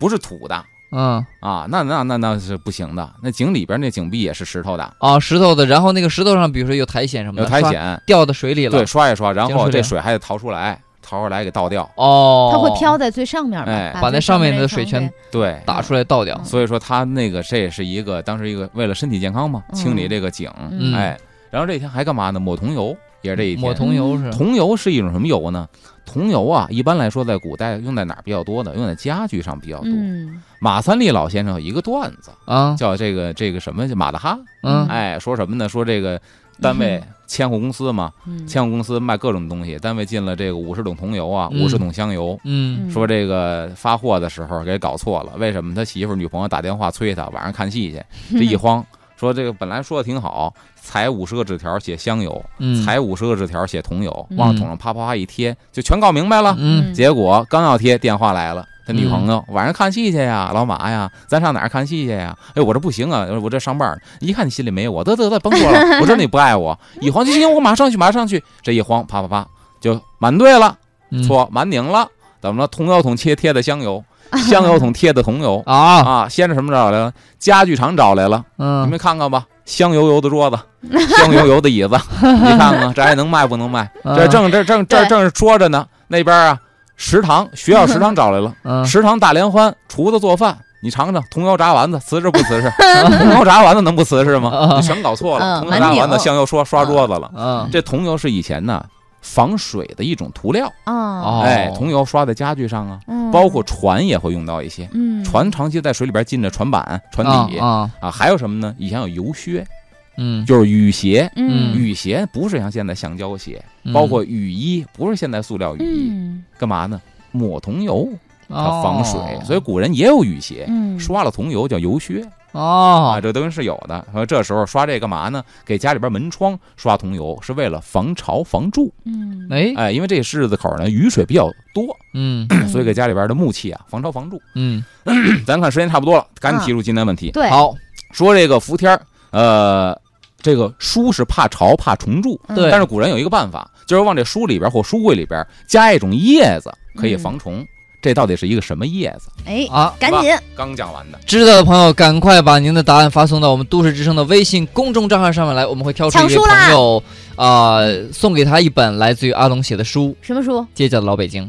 S3: 不是土的。
S2: 嗯
S3: 啊，那那那那是不行的。那井里边那井壁也是石头的，
S2: 啊石头的，然后那个石头上比如说有苔藓什么
S3: 有
S2: 的，嗯
S3: 苔
S2: 刷
S3: 藓，
S2: 掉到水里了，
S3: 对，刷一刷，然
S2: 井
S3: 后
S2: 水
S3: 这
S2: 里啊
S3: 水还得淘出来，淘出来给倒掉。
S2: 哦，
S1: 它会飘在最上面嘛，
S3: 哎
S2: 把
S1: 最
S2: 那上面
S1: 那
S2: 的
S1: 层
S2: 水全
S1: 给
S3: 对，
S2: 打出来倒掉，
S3: 所以说他那个这也是一个当时一个为了身体健康嘛，清
S1: 嗯
S3: 理这个井，
S1: 嗯
S3: 哎，然后这一天还干嘛呢？抹桐油也是这一天。
S2: 抹桐油是
S3: 桐油是一种什么油呢？桐油啊，一般来说在古代用在哪儿比较多呢？用在家具上比较多。
S1: 嗯
S3: 马三立老先生有一个段子，
S2: 啊
S3: 叫这个这个什么马大哈，
S2: 嗯
S3: 哎，说什么呢？说这个单位千户公司嘛，
S1: 嗯，
S3: 千户公司卖各种东西，单位进了这个五十桶桐油啊，
S2: 嗯
S3: 五十桶香油。
S2: 嗯
S1: 嗯
S3: 说这个发货的时候给搞错了，为什么？他媳妇儿女朋友打电话催他晚上看戏去，
S1: 嗯
S3: 这
S2: 嗯
S3: 一慌，说这个本来说的挺好，裁五十个纸条写香油，
S2: 嗯
S3: 裁五十个纸条写桐油，
S1: 嗯
S3: 往桶上啪啪啪一贴，就全搞明白了。
S2: 嗯
S3: 结果刚要贴，电话来了。他女朋友晚上看戏去呀，老马呀，咱上哪儿看戏去呀？哎，我这不行啊，我这上班儿，一看你心里没有我，得得得，甭说了，我知道你不爱我，一慌就行，我马上去，马上去，这一慌，啪啪啪，就满对了，
S2: 嗯
S3: 错满拧了，怎么了？桐油桶切贴的香油，香油桶贴的桐油
S2: 啊
S3: 啊，先是什么找来了？家具厂找来了，
S1: 啊
S2: 嗯
S3: 你们看看吧，香油油的 桌子，香油油的椅子，你看看这还能卖不 能卖？
S2: 嗯
S3: 这正这正这
S1: 啊对
S3: 正说着呢，那边啊，食堂学校食堂 找来了，
S2: 嗯
S3: 食堂大联欢厨子做饭，你尝尝铜油炸丸子瓷实不 瓷实？铜油炸丸子能不瓷实吗？
S2: 嗯
S3: 你全搞错
S1: 嗯
S3: 了，铜油炸丸
S1: 蛮
S3: 子
S1: 拧
S3: 香油刷
S1: 啊
S3: 刷桌子了。
S2: 嗯
S3: 这桐油是以前呢防水的一种涂料，
S1: 哦，
S2: 哦
S3: 哎，桐油刷在家具上啊，
S1: 嗯
S3: 包括船也会用到一些。
S1: 嗯哦
S3: 船长期在水里边浸着船板、船底
S2: 啊啊
S3: 啊，还有什么呢？以前有油靴，
S2: 嗯
S3: 就是雨鞋，
S1: 嗯
S3: 雨鞋不是像现在橡胶鞋，
S2: 嗯
S3: 包括雨衣，不是现在塑料雨衣，
S1: 嗯
S3: 干嘛呢？抹桐油，它
S2: 哦
S3: 防水，所以古人也有雨鞋，
S1: 嗯
S3: 刷了桐油叫油靴啊，
S2: 哦
S3: 这东西是有的。然后这时候刷这干嘛呢？给家里边门窗刷桐油是为了防潮防蛀，
S1: 嗯
S2: 哎
S3: 哎，因为这日子口呢雨水比较多，
S2: 嗯
S3: 所以给家里边的木器啊防潮防蛀。
S2: 嗯
S3: 咱看时间差不多了，赶紧提出今天问题，
S1: 啊对
S2: 好
S3: 说这个伏天儿，呃，这个书是怕潮怕虫蛀。
S1: 嗯
S2: 对
S3: 但是古人有一个办法，就是往这书里边或书柜里边加一种叶子，可以防虫。这到底是一个什么叶子？
S1: 哎
S2: 啊。
S1: 赶紧
S3: 刚讲完的。
S2: 知道的朋友，赶快把您的答案发送到我们都市之声的微信公众账号上面来，我们会挑出一位
S1: 抢书啦
S2: 朋友，啊、送给他一本来自于阿龙写的书
S1: 什么书
S2: 《街角的老北
S1: 嗯
S2: 京》。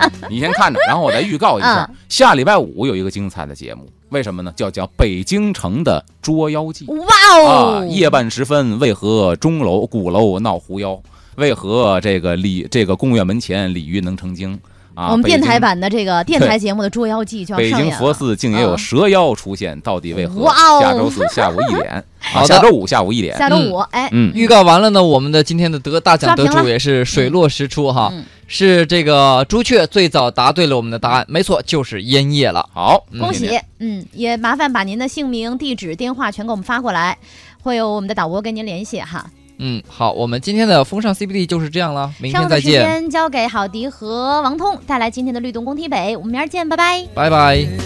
S3: 哎，你先看着，然后我再预告一 下，下礼拜五有一个精彩的节目，为什么呢？叫叫《北京城的捉妖记》
S1: 哇
S3: 啊！
S1: 哦
S3: 夜半时分，为何钟楼鼓楼闹狐妖？为何这个鲤这个宫院门前鲤鱼能成精？啊，
S1: 我们
S3: 北京
S1: 电台版的这个电台节目的《捉妖记》就要
S3: 北
S1: 上
S3: 京
S1: 演
S3: 佛
S1: 了。
S3: 寺竟也有
S1: 嗯
S3: 蛇妖出现，到底为何
S1: 哇？哦
S3: 下周四下午一 点，啊，
S2: 好的
S3: 下周五下午一点，
S1: 下周五，哎，
S3: 嗯
S2: 预告完了呢，我们的今天的得大奖得
S1: 刷屏
S2: 主
S1: 了
S2: 也是水落石出哈，
S1: 嗯
S2: 是这个朱雀最早答对了我们的答案，没错，就是烟叶了。
S3: 好，
S2: 嗯
S1: 恭喜！嗯，也麻烦把您的姓名、地址、电话全给我们发过来，会有我们的导播跟您联系哈。
S2: 嗯，好，我们今天的风尚 CBD 就是这样了，明
S1: 上
S2: 天
S1: 午的
S2: 再
S1: 时
S2: 见，
S1: 间交给郝迪和王通带来今天的律动工体北，我们明儿见，拜拜。
S2: 拜拜。